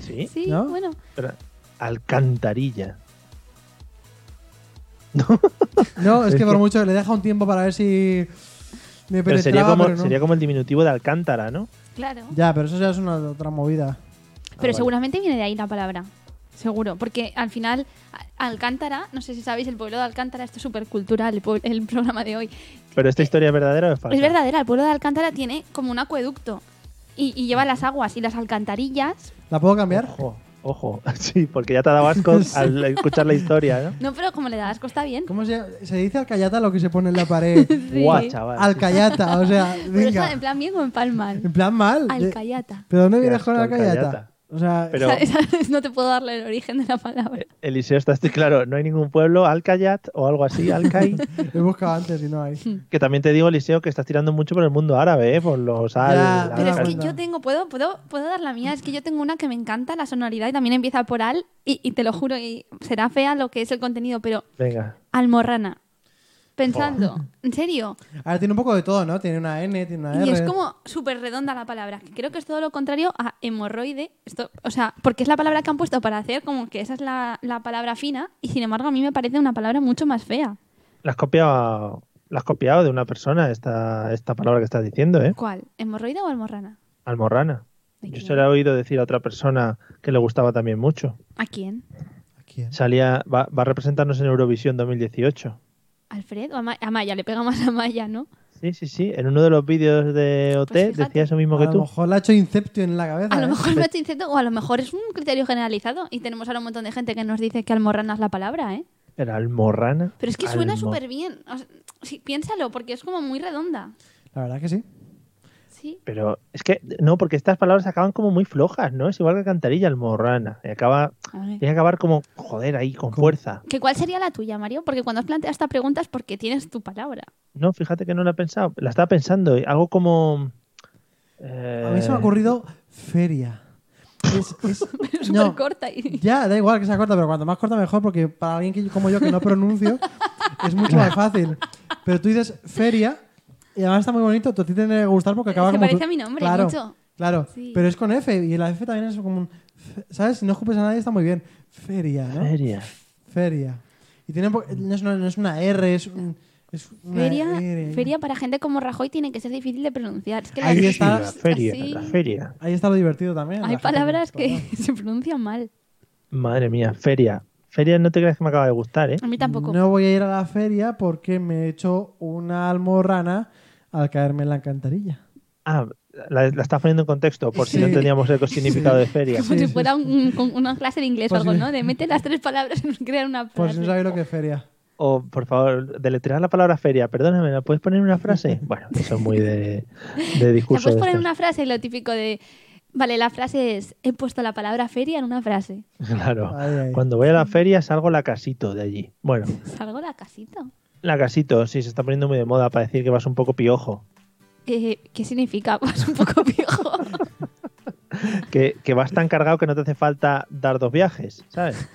B: Sí,
E: Sí,
D: ¿no?
E: bueno.
B: pero alcantarilla.
D: No, es
B: Es
D: que por
B: que-
D: mucho le deja un tiempo para ver si me
B: Pero
D: penetraba,
B: sería como,
D: pero no.
B: sería como el diminutivo de alcántara, ¿no?
E: Claro.
D: Ya, pero eso ya es una otra movida.
E: Pero
B: vale.
E: seguramente viene de ahí la palabra. seguro. Porque al final, a- Alcántara, no sé si sabéis, el pueblo de Alcántara, esto es súper cultural, el, pue- el programa de hoy.
B: Pero esta historia es verdadera o es falsa.
E: Es verdadera, el pueblo de Alcántara tiene como un acueducto y, y lleva las aguas y las alcantarillas.
D: ¿La puedo cambiar?
B: Ojo, ojo. Sí, porque ya te daba asco al escuchar la historia, ¿no?
E: No, pero como le das, costa bien.
D: ¿Cómo se, se dice alcayata lo que se pone en la pared?
E: Sí.
B: Guau, chaval.
D: Alcayata, o sea,
E: Pero eso,
D: venga.
E: en plan bien o en plan mal.
D: En plan mal. de-
E: Alcayata.
D: ¿Pero dónde
B: Qué
D: vienes con
B: asco,
D: alcayata?
B: alcayata.
D: O sea,
B: Pero-
E: Esa- esa- no te puedo darle el origen de la palabra.
B: E-, Eliseo, está estoy claro, no hay ningún pueblo, Alcayat o algo así, Alcay.
D: he buscado antes y no hay.
B: que también te digo, Eliseo, que estás tirando mucho por el mundo árabe, ¿eh? por los al.
D: Ya,
E: Pero es
B: Alcay.
E: que
D: Anda.
E: yo tengo, puedo, puedo, puedo dar la mía, es que yo tengo una que me encanta, la sonoridad, y también empieza por al, y, y te lo juro, y será fea lo que es el contenido, pero
B: Venga.
E: almorrana. Pensando, en serio.
D: Ahora tiene un poco de todo, ¿no? Tiene una N, tiene una R.
E: Y es como súper redonda la palabra, que creo que es todo lo contrario a hemorroide. Esto, o sea, porque es la palabra que han puesto para hacer como que esa es la, la palabra fina, y sin embargo a mí me parece una palabra mucho más fea.
B: La has copiado, la has copiado de una persona esta, esta palabra que estás diciendo, ¿eh?
E: ¿Cuál? ¿Hemorroide o almorrana?
B: Almorrana.
E: Ay,
B: Yo
E: qué
B: se la he oído decir a otra persona que le gustaba también mucho.
E: ¿A quién?
D: ¿A quién?
B: Salía, va, va a representarnos en Eurovisión 2018.
E: ¿Alfred o a Ma- a Maya? Le pega más a Maya, ¿no?
B: Sí, sí, sí. En uno de los vídeos de OT
E: Pues fíjate.
B: decía eso mismo
D: A
B: que
D: lo
B: tú.
D: mejor la ha hecho Inceptio en la cabeza.
E: A lo
D: ¿eh?
E: mejor lo ha hecho insecto, o a lo mejor es un criterio generalizado y tenemos ahora un montón de gente que nos dice que almorrana es la palabra, ¿eh?
B: Era almorrana.
E: Pero es que suena
B: Almo-
E: súper bien. O sea, sí, piénsalo, porque es como muy redonda.
D: La verdad que sí.
E: Sí.
B: Pero es que, no, porque estas palabras acaban como muy flojas, ¿no? Es igual que cantarilla, almorrana. Y acaba,
E: A
B: tiene
E: ver.
B: que acabar como, joder, ahí, con
D: Con-
B: fuerza.
E: ¿Que ¿Cuál sería la tuya, Mario? Porque cuando has planteado esta pregunta es porque tienes tu palabra.
B: No, fíjate que no la he pensado. La estaba pensando. Algo como. eh,
D: A mí se me ha ocurrido feria. Es, es-
E: Súper
D: no,
E: corta. Y...
D: ya, da igual que sea corta, pero cuanto más corta mejor, porque para alguien que- como yo que no pronuncio es mucho más fácil. Pero tú dices feria y además está muy bonito, tú a ti te tiene que gustar porque acaba
E: Es que
D: como
E: parece
D: tú-
E: a mi nombre
D: claro,
E: mucho.
D: Claro,
E: Sí.
D: pero es con F y la F también es como un... fe- ¿Sabes? Si no escupes a nadie está muy bien. Feria, ¿no?
B: Feria.
D: Feria. Y tiene un po- no, es una, no es una R, es, un- es una
E: Feria,
D: R.
E: feria para gente como Rajoy tiene que ser difícil de pronunciar. Es que
D: Ahí
E: las-
B: Sí,
D: está.
B: la feria,
E: así-
B: la feria.
D: Ahí está lo divertido también.
E: Hay
D: la gente
E: palabras que
D: claro.
E: se pronuncian mal.
B: Madre mía, feria. Feria no te creas que me acaba de gustar, ¿eh?
E: A mí tampoco.
D: No voy a ir a la feria porque me he hecho una almorrana al caerme en la alcantarilla.
B: Ah, la, la estás poniendo en contexto, por si
D: Sí.
B: no entendíamos el significado de feria.
E: Como
D: Sí,
E: si
D: sí.
E: fuera un- un- con una clase de inglés
D: Por
E: o algo,
D: si-
E: ¿no? De mete las tres palabras y crear una
D: Por
E: frase.
D: si no sabéis Pues lo que es feria.
B: O, por favor, deletrear la palabra feria. Perdóname, ¿la puedes poner en una frase? Bueno, eso es muy de, de
E: Te
B: discurso.
E: puedes
B: de
E: poner
B: estos.
E: una frase, lo típico de... Vale, la frase es, he puesto la palabra feria en una frase.
B: Claro.
D: Ahí, ahí.
B: Cuando voy a la feria salgo la casito de allí. Bueno,
E: Salgo la casita.
B: la casito, sí, se está poniendo muy de moda para decir que vas un poco piojo.
E: Eh, ¿Qué significa? Pues un poco viejo.
B: Que, que vas tan cargado que no te hace falta dar dos viajes, ¿sabes?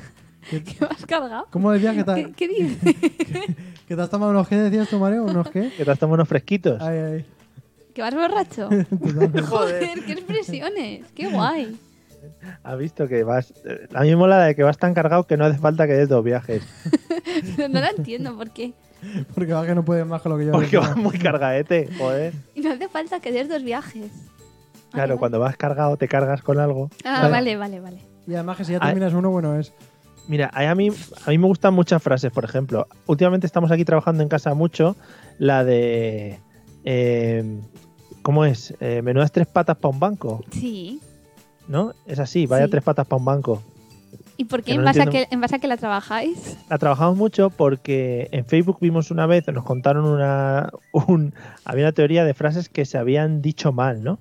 E: ¿Qué me has cargado?
D: ¿Cómo decías que
E: ¿Qué,
D: te,
E: qué dices?
D: que te has tomado unos qué, decías tú, Mario? ¿Unos qué?
B: Que te has tomado unos fresquitos.
D: Ahí, ahí.
E: ¿Que vas borracho?
D: Totalmente.
E: Joder, qué expresiones. Qué guay.
B: Has visto que vas. eh, A mí me mola la de que vas tan cargado que no hace falta que des dos viajes.
E: No la entiendo por qué.
D: Porque va que no puedes más con lo que yo.
B: Porque
D: digo.
B: vas muy cargadete, joder.
E: Y no hace falta que des dos viajes.
B: Claro,
E: vale.
B: cuando vas cargado te cargas con algo.
E: Ah, vale, vale, vale.
D: Y además que si ya
B: Ay.
D: terminas uno, bueno es.
B: Mira, a a mí, a mí me gustan muchas frases, por ejemplo. Últimamente estamos aquí trabajando en casa mucho la de. eh, ¿Cómo es? Eh, menudas tres patas para un banco,
E: Sí.
B: ¿no? Es así, vaya
E: Sí.
B: tres patas para un banco.
E: ¿Y por qué?
B: Que no
E: ¿En base a
B: entiendo.
E: que- ¿En base a que la trabajáis?
B: La trabajamos mucho porque en Facebook vimos una vez, nos contaron una. Un, había una teoría de frases que se habían dicho mal, ¿no?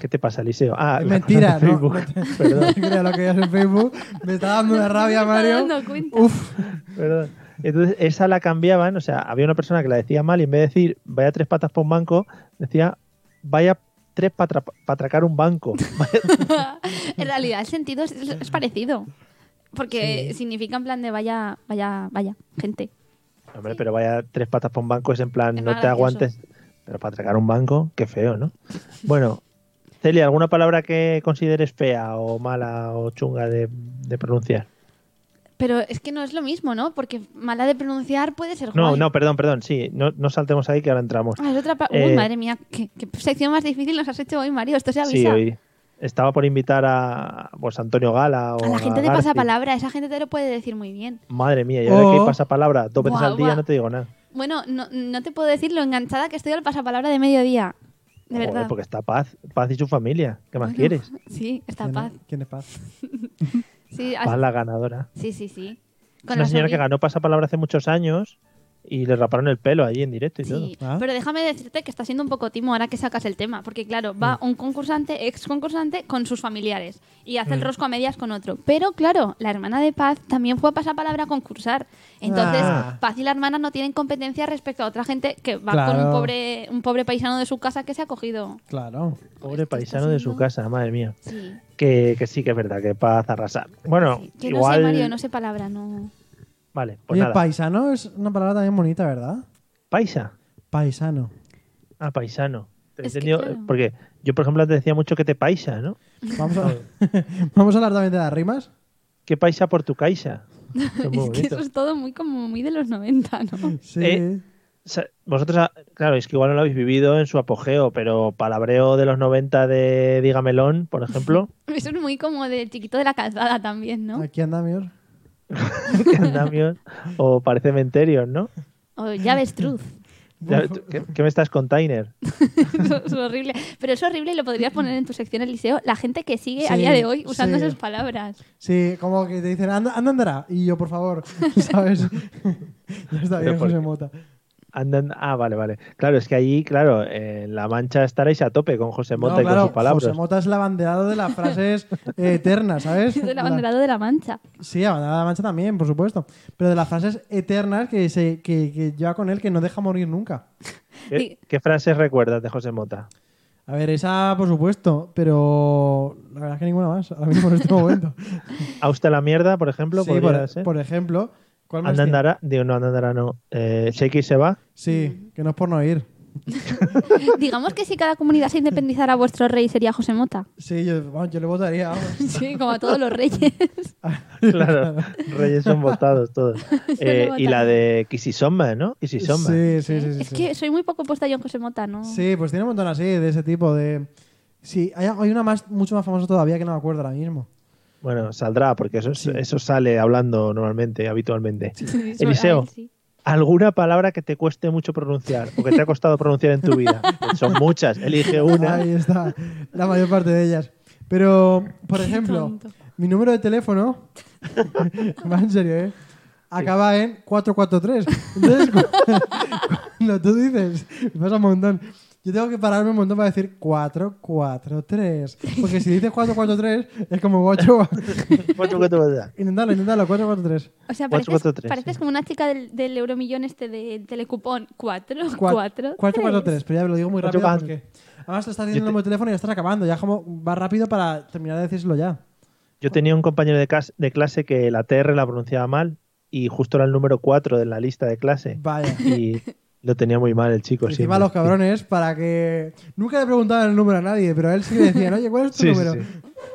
B: ¿Qué te pasa, Eliseo? Ah,
D: Es
B: la cosa
D: mentira,
B: de
D: ¿no?
B: Facebook.
D: No
B: Perdón,
D: te creas lo que veías en Facebook. Me está dando una rabia,
E: No me estaba
D: Mario.
E: dando cuenta.
D: Uf,
B: perdón. Entonces, esa la cambiaban, o sea, había una persona que la decía mal y en vez de decir vaya tres patas por un banco, decía vaya tres para atracar un banco.
E: en realidad el sentido es, es parecido. Porque significa en plan de vaya, vaya, vaya, gente.
B: Hombre, pero vaya tres patas por un banco es en plan,
E: Es
B: no
E: más
B: te
E: gracioso.
B: aguantes. Pero para atracar un banco, qué feo, ¿no? Bueno, Celia, ¿alguna palabra que consideres fea o mala o chunga de, de pronunciar?
E: Pero es que no es lo mismo, ¿no? Porque mala de pronunciar puede ser
B: No,
E: guay.
B: no, perdón, perdón, sí, no, no saltemos ahí que ahora entramos.
E: Ah, es otra pa-
B: Eh,
E: Uy, madre mía, ¿qué, qué sección más difícil nos has hecho hoy, Mario. Esto se avisa.
B: Sí, hoy. estaba por invitar a pues, Antonio Gala o
E: A la gente de
B: Garci.
E: pasapalabra, esa gente te lo puede decir muy bien.
B: Madre mía, y ahora
D: O-
B: que hay pasapalabra dos veces
E: Guau,
B: al día
E: guau.
B: no te digo nada.
E: Bueno, no, no te puedo decir lo enganchada que estoy al pasapalabra de mediodía. De
B: Joder,
E: verdad.
B: porque está Paz, Paz y su familia. ¿Qué más
E: Bueno,
B: quieres?
E: Sí, está
D: ¿Quién-
E: paz.
D: ¿Quién es Paz?
E: Sí, as-
B: Paz la ganadora.
E: sí, sí,
B: Ah,
E: sí.
B: Es
E: Con
B: una
E: la
B: señora que
E: sobrina.
B: ganó pasapalabra hace muchos años y le raparon el pelo allí en directo y todo.
E: Sí,
D: Ah.
E: pero déjame decirte que está siendo un poco timo ahora que sacas el tema, porque claro, va
B: Mm.
E: un concursante, ex concursante, con sus familiares y hace el
B: Mm.
E: rosco a medias con otro. Pero claro, la hermana de Paz también fue a pasapalabra a concursar. Entonces,
D: Ah.
E: Paz y la hermana no tienen competencia respecto a otra gente que va con
D: Claro.
E: un pobre, un pobre paisano de su casa que se ha cogido.
D: Claro.
B: Pobre
E: Esto está
B: paisano de su
E: siendo-
B: casa, madre mía.
E: Sí.
B: Que, que sí, que es verdad, que Paz arrasa. Bueno,
E: sí. Yo
B: igual.
E: no sé, Mario, no sé palabra, no.
B: Vale, pues
D: Oye,
B: nada.
D: paisano es una palabra también bonita, ¿verdad?
B: Paisa.
D: Paisano.
B: Ah, paisano. Te he
E: Es que
B: entendido-
E: claro.
B: Porque yo, por ejemplo, antes decía mucho que te paisa, ¿no?
D: Vamos a, vamos a hablar también de las rimas.
B: Que paisa por tu caixa. Eso es muy
E: Es que
B: bonito.
E: eso es todo muy como muy de los 90, ¿no?
D: Sí.
B: Eh, O sea, Vosotros, ah, claro, es que igual no lo habéis vivido en su apogeo, pero palabreo de los 90 de Digamelón, por ejemplo,
E: Eso es muy como del chiquito de la calzada también, ¿no?
D: Aquí andamos.
B: que andamios, o parece menterios, ¿no?
E: O llaves truth.
B: Ya, tú- ¿Qué, qué me estás, container?
E: Eso es horrible. Pero es horrible y lo podrías poner en tu sección Eliseo. La gente que sigue a
D: Sí,
E: día de hoy usando
D: sí.
E: esas palabras.
D: Sí, como que te dicen, anda, anda, andará. Y yo, por favor, ¿sabes? ya está bien,
B: Pero por
D: José
B: qué.
D: Mota.
B: Andan, ah, vale, vale. Claro, es que allí, claro, en La Mancha estaréis a tope con José Mota
D: No,
B: y
D: claro,
B: con sus palabras.
D: José Mota es el abanderado de las frases eh, eternas, ¿sabes?
E: Del
D: La-
E: abanderado de la mancha.
D: Sí, Abanderado de la Mancha también, por supuesto. Pero de las frases eternas que, se, que, que lleva con él, que no deja morir nunca.
B: ¿Qué, qué frases recuerdas de José Mota?
D: A ver, esa, por supuesto, pero la verdad es que ninguna más, ahora mismo en este momento.
B: ¿A usted la mierda, por ejemplo?
D: Sí,
B: podría
D: por,
B: ser?
D: por ejemplo, ¿cuál más? tiene?
B: Andandará, digo, no, Andandará no. Eh, Shakey se va.
D: Sí, que no es por no ir.
E: Digamos que si cada comunidad se independizara, vuestro rey sería José Mota.
D: Sí, yo, bueno, yo le votaría. vamos.
E: Sí, como a todos los reyes.
B: Claro, reyes son votados todos. Eh,
E: lo
B: y la
E: votaron.
B: de Kisisomba, ¿no? Kisisomba.
D: Sí, sí, sí. sí,
E: es
D: sí.
E: que soy muy poco puesta yo en José Mota, ¿no?
D: Sí, pues tiene un montón así, de ese tipo de... Sí, hay, hay una más, mucho más famosa todavía que no me acuerdo ahora mismo.
B: Bueno, saldrá, porque eso, es-
D: Sí.
B: eso sale hablando normalmente, habitualmente.
E: Sí, sobre- a
B: Eliseo,
E: él sí.
B: ¿alguna palabra que te cueste mucho pronunciar o que te ha costado pronunciar en tu vida? Son muchas, elige una.
D: Ahí está, la mayor parte de ellas. Pero, por
E: Qué
D: ejemplo,
E: tonto.
D: mi número de teléfono, va en serio, ¿eh? Acaba en 443. Entonces, cu- cuando tú dices, me pasa un montón. Yo tengo que pararme un montón para decir 443. Porque si dices 443, es como 8.
B: Cuatro, cuatro, cuatro.
D: Intentalo, intentalo, 443.
E: O sea,
B: Cuatro,
E: pareces,
B: cuatro, tres,
E: pareces
B: sí.
E: como una chica del, del euromillón este de telecupón. Cuatro,
D: Cua-
E: cuatro,
D: cuatro, cuatro,
E: tres.
D: tres, pero ya lo digo muy
B: Cuatro,
D: rápido
B: cuatro.
D: porque... Además, lo estás
B: Yo
D: diciendo
B: te-
D: en el teléfono y ya estás acabando. Ya como va rápido para terminar de decírselo ya.
B: Yo tenía un compañero de, cas- de clase que la TR la pronunciaba mal y justo era el número 4 de la lista de clase.
D: Vaya.
B: Y lo tenía muy mal el chico.
D: Encima
B: siempre.
D: los cabrones para que... Nunca le preguntaban el número a nadie, pero a él sí le decían, oye, ¿cuál es tu
B: Sí, sí,
D: número?
B: sí.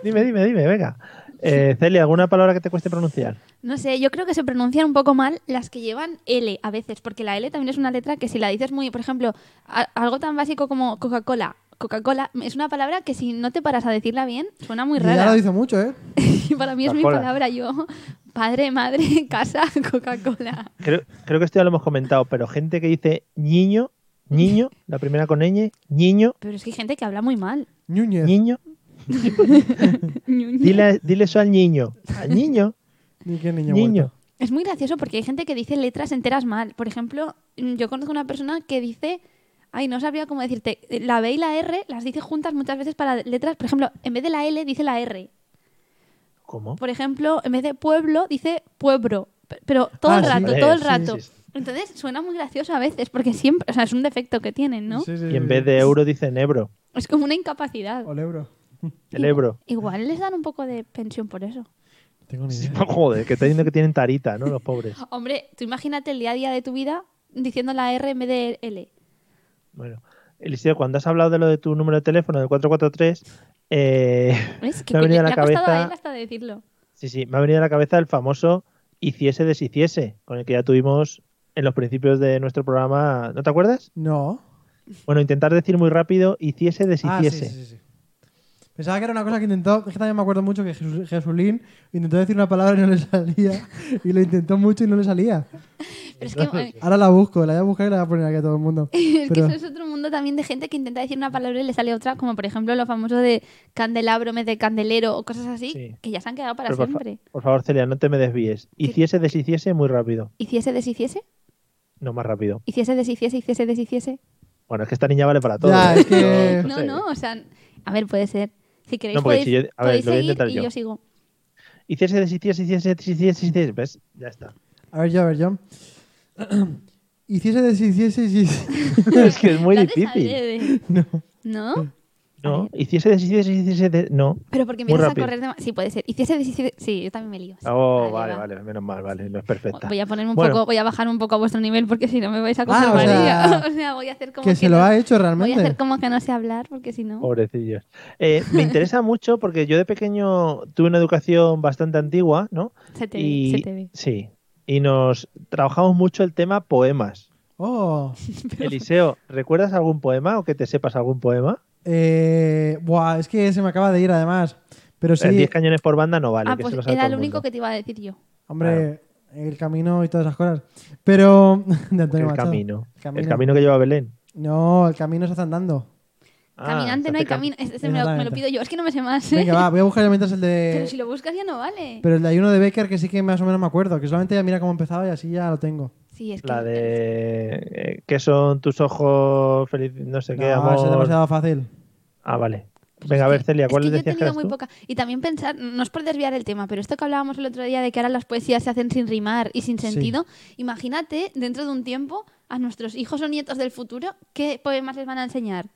B: Dime, dime, dime, venga. Eh, Celia, ¿alguna palabra que te cueste pronunciar?
E: No sé, yo creo que se pronuncian un poco mal las que llevan L a veces, porque la L también es una letra que si la dices muy, por ejemplo, a- algo tan básico como Coca-Cola. Coca-Cola es una palabra que si no te paras a decirla bien, suena muy
D: Y ya lo
E: rara.
D: dice mucho, ¿eh?
E: Y para mí es mi
B: Coca-Cola.
E: palabra, yo, padre, madre, casa, Coca-Cola.
B: Creo, creo que esto ya lo hemos comentado, pero gente que dice niño, niño, la primera con ñ, niño,
E: Pero es que hay gente que habla muy mal.
D: Núñez.
B: niño, dile, dile eso al niño, al niño,
D: Ni qué niño,
B: niño.
E: Es muy gracioso porque hay gente que dice letras enteras mal. Por ejemplo, mm, yo conozco una persona que dice, ay, no sabría cómo decirte, eh, la B y la R las dice juntas muchas veces para letras, por ejemplo, en vez de la L dice la R.
B: ¿Cómo?
E: Por ejemplo, en vez de pueblo, dice pueblo. Pe- Pero todo
D: Ah,
E: el
D: sí.
E: rato,
B: Eh,
E: todo el
B: sí,
E: rato.
B: sí, sí.
E: Entonces suena muy gracioso a veces, porque siempre, o sea, es un defecto que tienen, ¿no?
D: Sí, sí,
B: Y en
D: sí.
B: vez de euro dicen ebro,
E: Es como una incapacidad.
D: O el euro.
B: el ebro.
E: Igual les dan un poco de pensión por eso.
D: No tengo ni
B: Sí, pues,
D: idea.
B: joder, que está diciendo que tienen tarita, ¿no? Los pobres.
E: Hombre, tú imagínate el día a día de tu vida diciendo la R en vez de L.
B: Bueno, Eliseo, cuando has hablado de lo de tu número de teléfono, del 443, eh,
E: ¿Ves? Que
B: me ha
E: cu- le
B: venido a
E: ha
B: la
E: costado a
B: cabeza...
E: él hasta decirlo.
B: Sí, sí, me ha venido a la cabeza el famoso hiciese, deshiciese, con el que ya tuvimos en los principios de nuestro programa, ¿no te acuerdas?
D: No.
B: Bueno, intentar decir muy rápido hiciese,
D: Ah, sí,
B: deshiciese.
D: sí, sí, sí. Pensaba que era una cosa que intentó, es que también me acuerdo mucho que Jesús- Jesulín intentó decir una palabra y no le salía, y lo intentó mucho y no le salía.
E: Pero es que,
D: Ahora la busco, la voy a buscar y la voy a poner aquí a todo el mundo.
E: es que
D: Pero-
E: eso es otro mundo también de gente que intenta decir una palabra y le sale otra, como por ejemplo lo famoso de candelabro, mes de candelero o cosas así,
B: Sí.
E: que ya se han quedado para
B: Pero por, fa-
E: siempre.
B: por favor, Celia, no te me desvíes. Hiciese, deshiciese muy rápido.
E: Hiciese, deshiciese,
B: No más rápido.
E: hiciese, deshiciese, hiciese, deshiciese.
B: Bueno, es que esta niña vale para todo.
D: Ya,
B: ¿eh?
D: es que-
B: No
E: No,
B: sé.
E: no, o sea, a ver, puede ser. Si queréis,
B: No, porque
E: podéis,
B: si yo- a ver,
E: podéis
B: lo voy a
E: seguir
B: intentar
E: y
B: yo.
E: yo sigo.
B: Hiciese, deshiciese, hiciese, deshiciese, hiciese. ¿Ves? Ya está.
D: A ver yo, a ver yo. Hiciese, deshiciese, hiciese-
B: es que es muy
E: Lo haces
B: difícil.
E: adrede.
D: No.
E: ¿No?
B: No, hiciese, deshiciese, hiciese. de- No.
E: Pero porque
B: Muy
E: empiezas a
B: rápido.
E: correr de ma- Sí, puede ser. Hiciese, deshiciese. Sí, yo también me lío. sí.
B: Oh, vale,
E: Ah, va.
B: vale, menos mal, vale, no es perfecta.
E: Voy a ponerme un
B: Bueno.
E: poco, voy a bajar un poco a vuestro nivel porque si no me vais a coger
D: Ah, o
E: manía.
D: sea,
E: O sea, voy a hacer como
D: que
E: que,
D: se lo
E: no-
D: ha hecho
E: Voy a
D: realmente.
E: hacer como que no sé hablar porque si no.
B: Pobrecillos. Eh, me interesa mucho porque yo de pequeño tuve una educación bastante antigua, ¿no?
E: Se te,
B: y,
E: ve, se te ve.
B: Sí. Y nos trabajamos mucho el tema poemas.
D: Oh,
B: Eliseo, ¿recuerdas algún poema o que te sepas algún poema?
D: eh, buah, es que se me acaba de ir además. Pero
B: Eh,
D: sí,
B: 10 cañones por banda no vale.
E: ah,
B: que
E: pues
B: se lo sabe
E: era
B: todo
E: lo
B: el
E: único
B: mundo.
E: que te iba a decir yo.
D: hombre, el camino y todas esas cosas. Pero. de Antonio
B: El
D: Machado.
B: camino.
D: El
B: El camino que lleva a Belén.
D: No, el camino se hace andando.
B: Ah,
E: Caminante no hay
B: hace cam-
E: camino. Ese me, lo, me lo
D: Exactamente.
E: pido yo. Es que no me sé más. ¿eh?
D: Venga, va, voy a buscar yo mientras el
B: eh.
E: Pero si
D: de.
E: lo buscas ya no vale.
D: Pero el de ayuno de Becker, que sí que más o menos me acuerdo, que solamente ya mira cómo empezaba y así ya lo tengo.
E: Sí, es que pues,
B: La de. eh, ¿Qué son tus ojos felices? No sé qué,
D: No, eso es
B: amor.
D: demasiado fácil.
B: Ah, vale.
E: Pues
B: Venga,
E: es
B: a ver,
E: que-
B: Celia,
E: es
B: ¿cuál
E: que
B: le
E: yo he
B: decías que
E: tenido
B: eras
E: muy
B: tú?
E: poca. Y también pensar, no es por desviar el tema, pero esto que hablábamos el otro día de que ahora las poesías se hacen sin rimar y sin
D: Sí.
E: sentido. Imagínate, dentro de un tiempo, a nuestros hijos o nietos del futuro, ¿qué poemas les van a enseñar?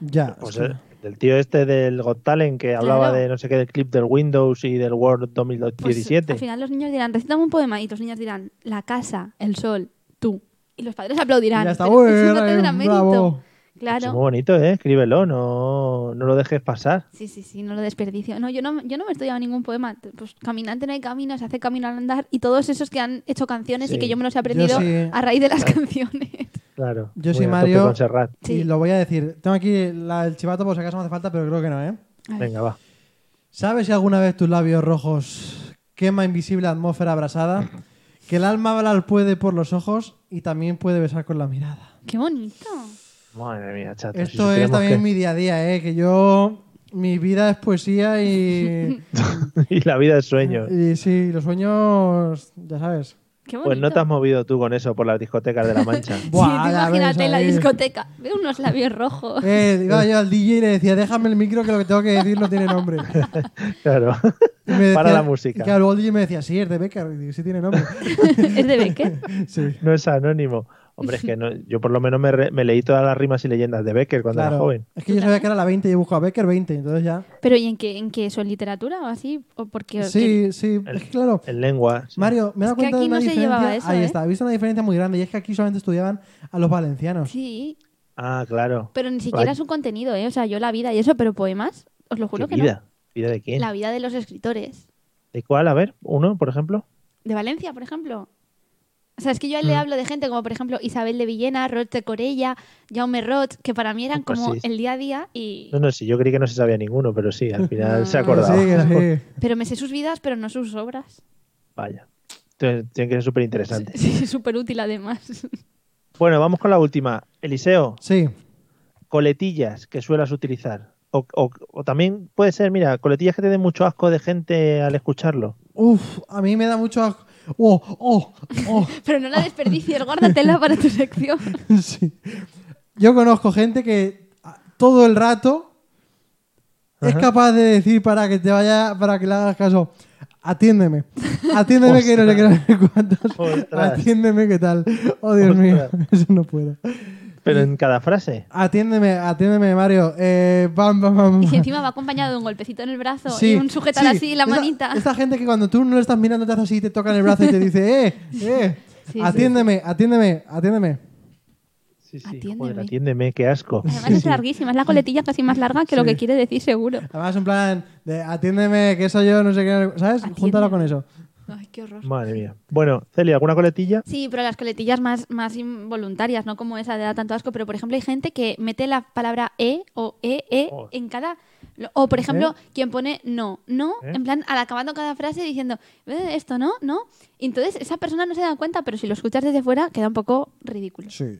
D: Ya.
B: Pues
D: es que-
B: eh, del tío este del Got Talent que hablaba
E: Claro.
B: de no sé qué del clip del Windows y del Word
E: Pues
B: 2017.
E: al final los niños dirán, recítame un poema, y los niños dirán, la casa, el sol, tú. Y los padres aplaudirán.
D: y ya está,
E: pero eso
D: "Ué,
E: no tendrá mérito.
D: bravo.
B: Es
E: Claro.
B: muy bonito, ¿eh? Escríbelo, no, no lo dejes pasar.
E: Sí, sí, sí, no lo desperdicio. No, yo no, yo no me he estudiado ningún poema. Pues caminante no hay camino, se hace camino al andar. Y todos esos que han hecho canciones
B: Sí.
E: y que yo me los he
D: Yo
E: aprendido
D: sí.
E: a raíz de las canciones.
B: Claro.
D: Yo
B: muy
D: soy
B: a tope
D: Mario.
B: con Serrat.
E: Sí.
D: Y lo voy a decir. Tengo aquí la- el chivato por si acaso me hace falta, pero creo que no, ¿eh?
E: A ver.
B: Venga, va.
D: ¿Sabes si alguna vez tus labios rojos quema invisible atmósfera abrasada? Que el alma hablar puede por los ojos y también puede besar con la mirada.
E: Qué bonito.
B: Madre mía, chato. si
D: Esto es
B: supiéramos
D: también
B: que-
D: mi día a día, ¿eh? Que yo... Mi vida es poesía y...
B: y la vida es sueño.
D: y sí, los sueños... Ya sabes.
E: Qué bonito.
B: Pues no te has movido tú con eso por las discotecas de la Mancha.
E: Sí,
D: Buah, eh.
E: tú
D: ya ves
E: imagínate en la
D: ahí.
E: discoteca. Veo unos labios rojos.
D: Eh, iba yo al DJ y le decía, déjame el micro que lo que tengo que decir no tiene nombre.
B: claro.
D: Y me
B: Para la
D: decía-
B: música.
D: Y claro, luego el DJ me decía, sí, es de Becker. Y digo, sí tiene nombre.
E: ¿Es de Becker?
D: Sí.
B: No es anónimo. Hombre, es que no- yo por lo menos me, re- me leí todas las rimas y leyendas de Becker cuando
D: Claro.
B: era joven.
D: Es que yo sabía que era la 20 y busco a Becker 20, entonces ya...
E: ¿Pero y en qué, en qué? ¿Eso en literatura o así? ¿O porque,
D: Sí, sí,
B: El-
D: es que claro.
B: En lengua. sí.
D: Mario, me he dado
E: Es que
D: cuenta de
E: aquí
D: una
E: no se
D: diferencia.
E: llevaba eso,
D: Ahí
E: ¿eh?
D: está, he visto una diferencia muy grande y es que aquí solamente estudiaban a los valencianos.
E: Sí,
B: Ah, claro.
E: pero ni siquiera
B: Ay,
E: su contenido, ¿eh? O sea, yo la vida y eso, pero poemas, os lo juro
B: ¿qué
E: que
B: vida? ¿Vida de
E: no.
B: quién?
E: La vida de los escritores.
B: ¿De cuál? A ver, uno, por ejemplo.
E: De Valencia, por ejemplo. O sea, es que yo
B: Mm.
E: le hablo de gente como, por ejemplo, Isabel de Villena, Roch de Corella, Jaume Roch, que para mí eran
B: Pues
E: como
B: sí.
E: el día a día y...
B: No, no, sí, yo creí que no se sabía ninguno, pero sí, al final se
E: Ah.
D: Que
B: acordaba.
D: sí, que sí.
E: Pero me sé sus vidas, pero no sus obras.
B: Vaya. Entonces, tiene que ser súper interesante.
E: Sí, súper útil además.
B: Bueno, vamos con la última. Eliseo,
D: Sí.
B: coletillas que suelas utilizar. O, o- o también puede ser, mira, coletillas que te den mucho asco de gente al escucharlo.
D: Uf, a mí me da mucho. asco. Oh, oh, oh.
E: Pero no la desperdicies, guárdatela para tu sección.
D: sí. Yo conozco gente que a- todo el rato es capaz de decir para que te vaya, para que le hagas caso. Atiéndeme. Atiéndeme que no sé qué, no sé cuántos.
B: Ostras.
D: Atiéndeme qué tal. Oh, Dios mío. Eso no puedo.
B: Pero en cada frase.
D: Atiéndeme, atiéndeme, Mario. Eh, bam, bam, bam.
E: Y si
D: bam.
E: encima va acompañado de un golpecito en el brazo
D: Sí,
E: y un sujetar
D: sí.
E: así la
D: Esta-
E: manita.
D: Esta gente que cuando tú no lo estás mirando te hace así, te tocan el brazo y te dice, eh, eh,
E: Sí,
D: atiéndeme, atiéndeme, atiéndeme.
B: Sí, sí,
E: Atiéndeme.
B: joder, atiéndeme, qué asco.
E: Además es larguísima, es la coletilla casi más larga que lo que quiere decir seguro.
D: Además, en plan, de, atiéndeme, que soy yo, no sé qué, ¿sabes?
E: Atiéndeme.
D: Júntalo con eso.
E: Ay, qué horror.
B: Madre mía. Bueno, Celia, ¿alguna coletilla?
E: Sí, pero las coletillas más, más involuntarias, no como esa de da tanto asco. Pero, por ejemplo, hay gente que mete la palabra E o EE
B: Oh.
E: en cada Lo- O, por ejemplo, quien pone no, no,
B: ¿Eh?
E: en plan, al acabando cada frase diciendo, "Eh, esto no, no. Y entonces esa persona no se da cuenta, pero si lo escuchas desde fuera queda un poco ridículo.
D: Sí.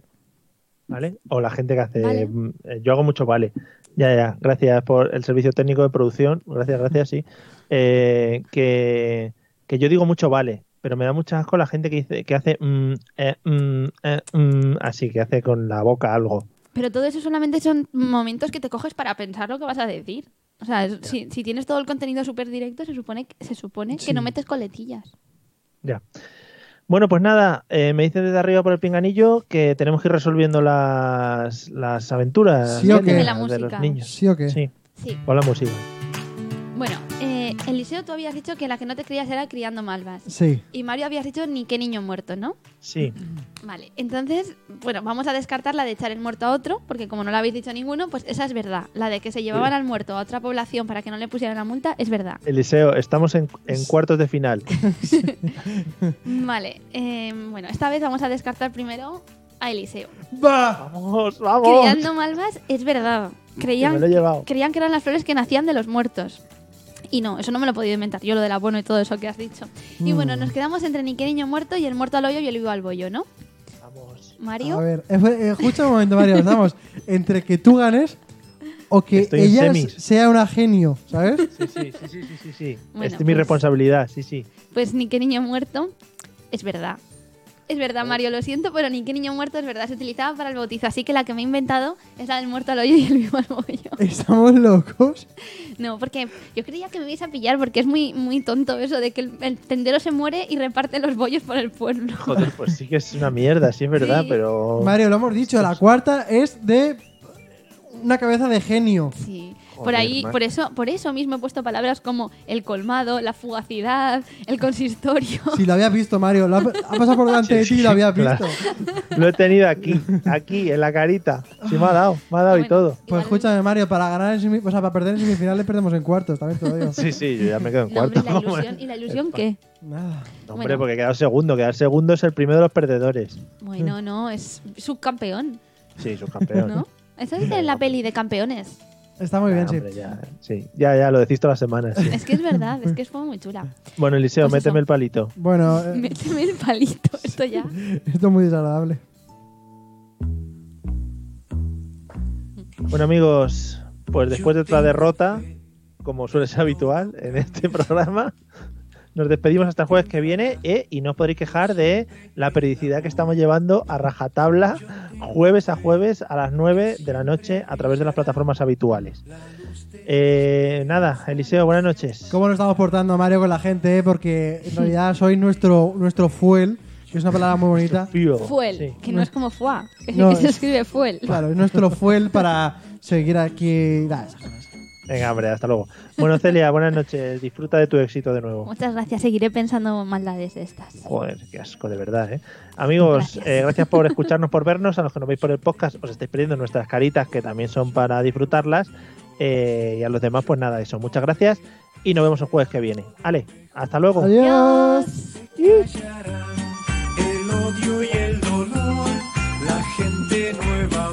B: ¿Vale? O la gente que hace.
E: Vale.
B: mm, eh, Yo hago mucho vale. Ya, ya. Gracias por el servicio técnico de producción. Gracias, gracias, sí. Eh, que, que yo digo mucho vale, pero me da mucha asco la gente que dice que hace. mm, eh, mm, eh, mm, así, que hace con la boca algo.
E: Pero todo eso solamente son momentos que te coges para pensar lo que vas a decir. O sea, es- si, si tienes todo el contenido súper directo, se supone, que, se supone que no metes coletillas.
B: Ya. Bueno, pues nada, eh, me dicen desde arriba por el pinganillo que tenemos que ir resolviendo las, las aventuras
D: Sí, ¿o qué?
B: de,
D: De la
B: los
E: música.
B: niños.
D: ¿Sí o qué?
B: Sí,
E: Sí.
B: con la música.
E: Bueno, eh, Eliseo, tú habías dicho que la que no te creías era criando malvas.
D: Sí.
E: Y Mario habías dicho ni qué niño muerto, ¿no?
B: Sí,
E: Vale, entonces, bueno, vamos a descartar la de echar el muerto a otro, porque como no la habéis dicho ninguno, pues esa es verdad. La de que se llevaban al muerto a otra población para que no le pusieran la multa es verdad.
B: Eliseo, estamos en, en cuartos de final.
E: Vale, eh, bueno, esta vez vamos a descartar primero a Eliseo.
D: ¡Va!
B: Vamos, vamos.
E: Criando malvas es verdad.
B: Que me lo he
E: Creían,
B: llevado.
E: creían que eran las flores que nacían de los muertos. Y no, eso no me lo he podido inventar yo, lo del abono y todo eso que has dicho. Y bueno,
D: Mm.
E: nos quedamos entre ni qué niño muerto y el muerto al hoyo y el vivo al bollo, ¿no?
B: Vamos.
E: Mario.
D: A ver, eh, eh, escucha un momento, Mario. Estamos entre que tú ganes o que
B: Estoy en
D: ella
B: semis.
D: sea una genio, ¿sabes?
B: Sí, sí, sí, sí, sí, sí. sí.
E: Bueno,
B: es mi
E: pues-
B: responsabilidad, sí, sí.
E: Pues ni qué niño muerto es verdad. Es verdad, Mario, lo siento, pero ni qué niño muerto es verdad. Se utilizaba para el bautizo, así que la que me he inventado es la del muerto al hoyo y el vivo al bollo.
D: Estamos locos.
E: No, porque yo creía que me ibais a pillar porque es muy, muy tonto eso de que el, el tendero se muere y reparte los bollos por el pueblo.
B: Joder, pues sí que es una mierda, sí es verdad,
E: Sí.
B: pero.
D: Mario, lo hemos dicho, la cuarta es de una cabeza de genio.
E: Sí. por
B: Joder,
E: ahí,
B: macho.
E: por eso, por eso mismo he puesto palabras como el colmado, la fugacidad, el consistorio.
D: Si lo habías visto, Mario, lo ha, ha pasado por delante de ti y lo habías visto.
B: Claro. Lo he tenido aquí, aquí, en la carita. Sí, me ha dado, me ha dado y
E: Bueno,
B: todo.
E: igual-
D: Pues escúchame, Mario, para ganar en semi- o sea, para perder en semifinales perdemos en cuartos, también te lo digo.
B: Sí, sí, yo ya me quedo en
E: No, hombre,
B: cuarto.
E: la ilusión, ¿Y la ilusión qué?
D: Nada.
B: No, hombre,
E: Bueno.
B: porque he quedado segundo. Quedar segundo es el primero de los perdedores.
E: Bueno, no, es subcampeón,
B: Sí, subcampeón.
E: ¿no? Eso dice en la peli de campeones.
D: Está muy
B: Ya,
D: bien,
B: Ah, hombre,
D: sí.
B: ya, sí. ya, ya, lo decís todas las semanas. sí.
E: Es que es verdad, es que fue muy chula.
B: Bueno, Eliseo,
E: Pues eso.
B: méteme el palito.
D: Bueno, eh,
E: Méteme el palito, esto ya.
D: esto es muy desagradable.
B: Bueno, amigos, pues después de otra derrota, como suele ser habitual en este programa, nos despedimos hasta el jueves que viene ¿eh? y no os podréis quejar de la periodicidad que estamos llevando a rajatabla jueves a jueves a las 9 de la noche a través de las plataformas habituales. Eh, nada, Eliseo, buenas noches.
D: ¿Cómo nos estamos portando, Mario, con la gente? eh? Porque en realidad soy nuestro, nuestro fuel, que es una palabra muy bonita.
B: Fío,
E: Fuel,
B: sí.
E: que no es como fuá, que,
D: No,
E: que se
D: es-
E: escribe fuel.
D: Claro, es nuestro fuel para seguir aquí. Nada, esas cosas.
B: Venga, hombre, hasta luego. Bueno, Celia, buenas noches. Disfruta de tu éxito de nuevo.
E: Muchas gracias, seguiré pensando maldades de estas.
B: Joder, qué asco, de verdad, ¿eh? Amigos, eh,
E: Gracias.
B: gracias, por escucharnos, por vernos. A los que nos veis por el podcast, os estáis perdiendo nuestras caritas, que también son para disfrutarlas. Eh, y a los demás, pues nada, eso. Muchas gracias y nos vemos el jueves que viene. Ale, hasta luego.
D: Adiós.
F: el odio y el dolor, la gente nueva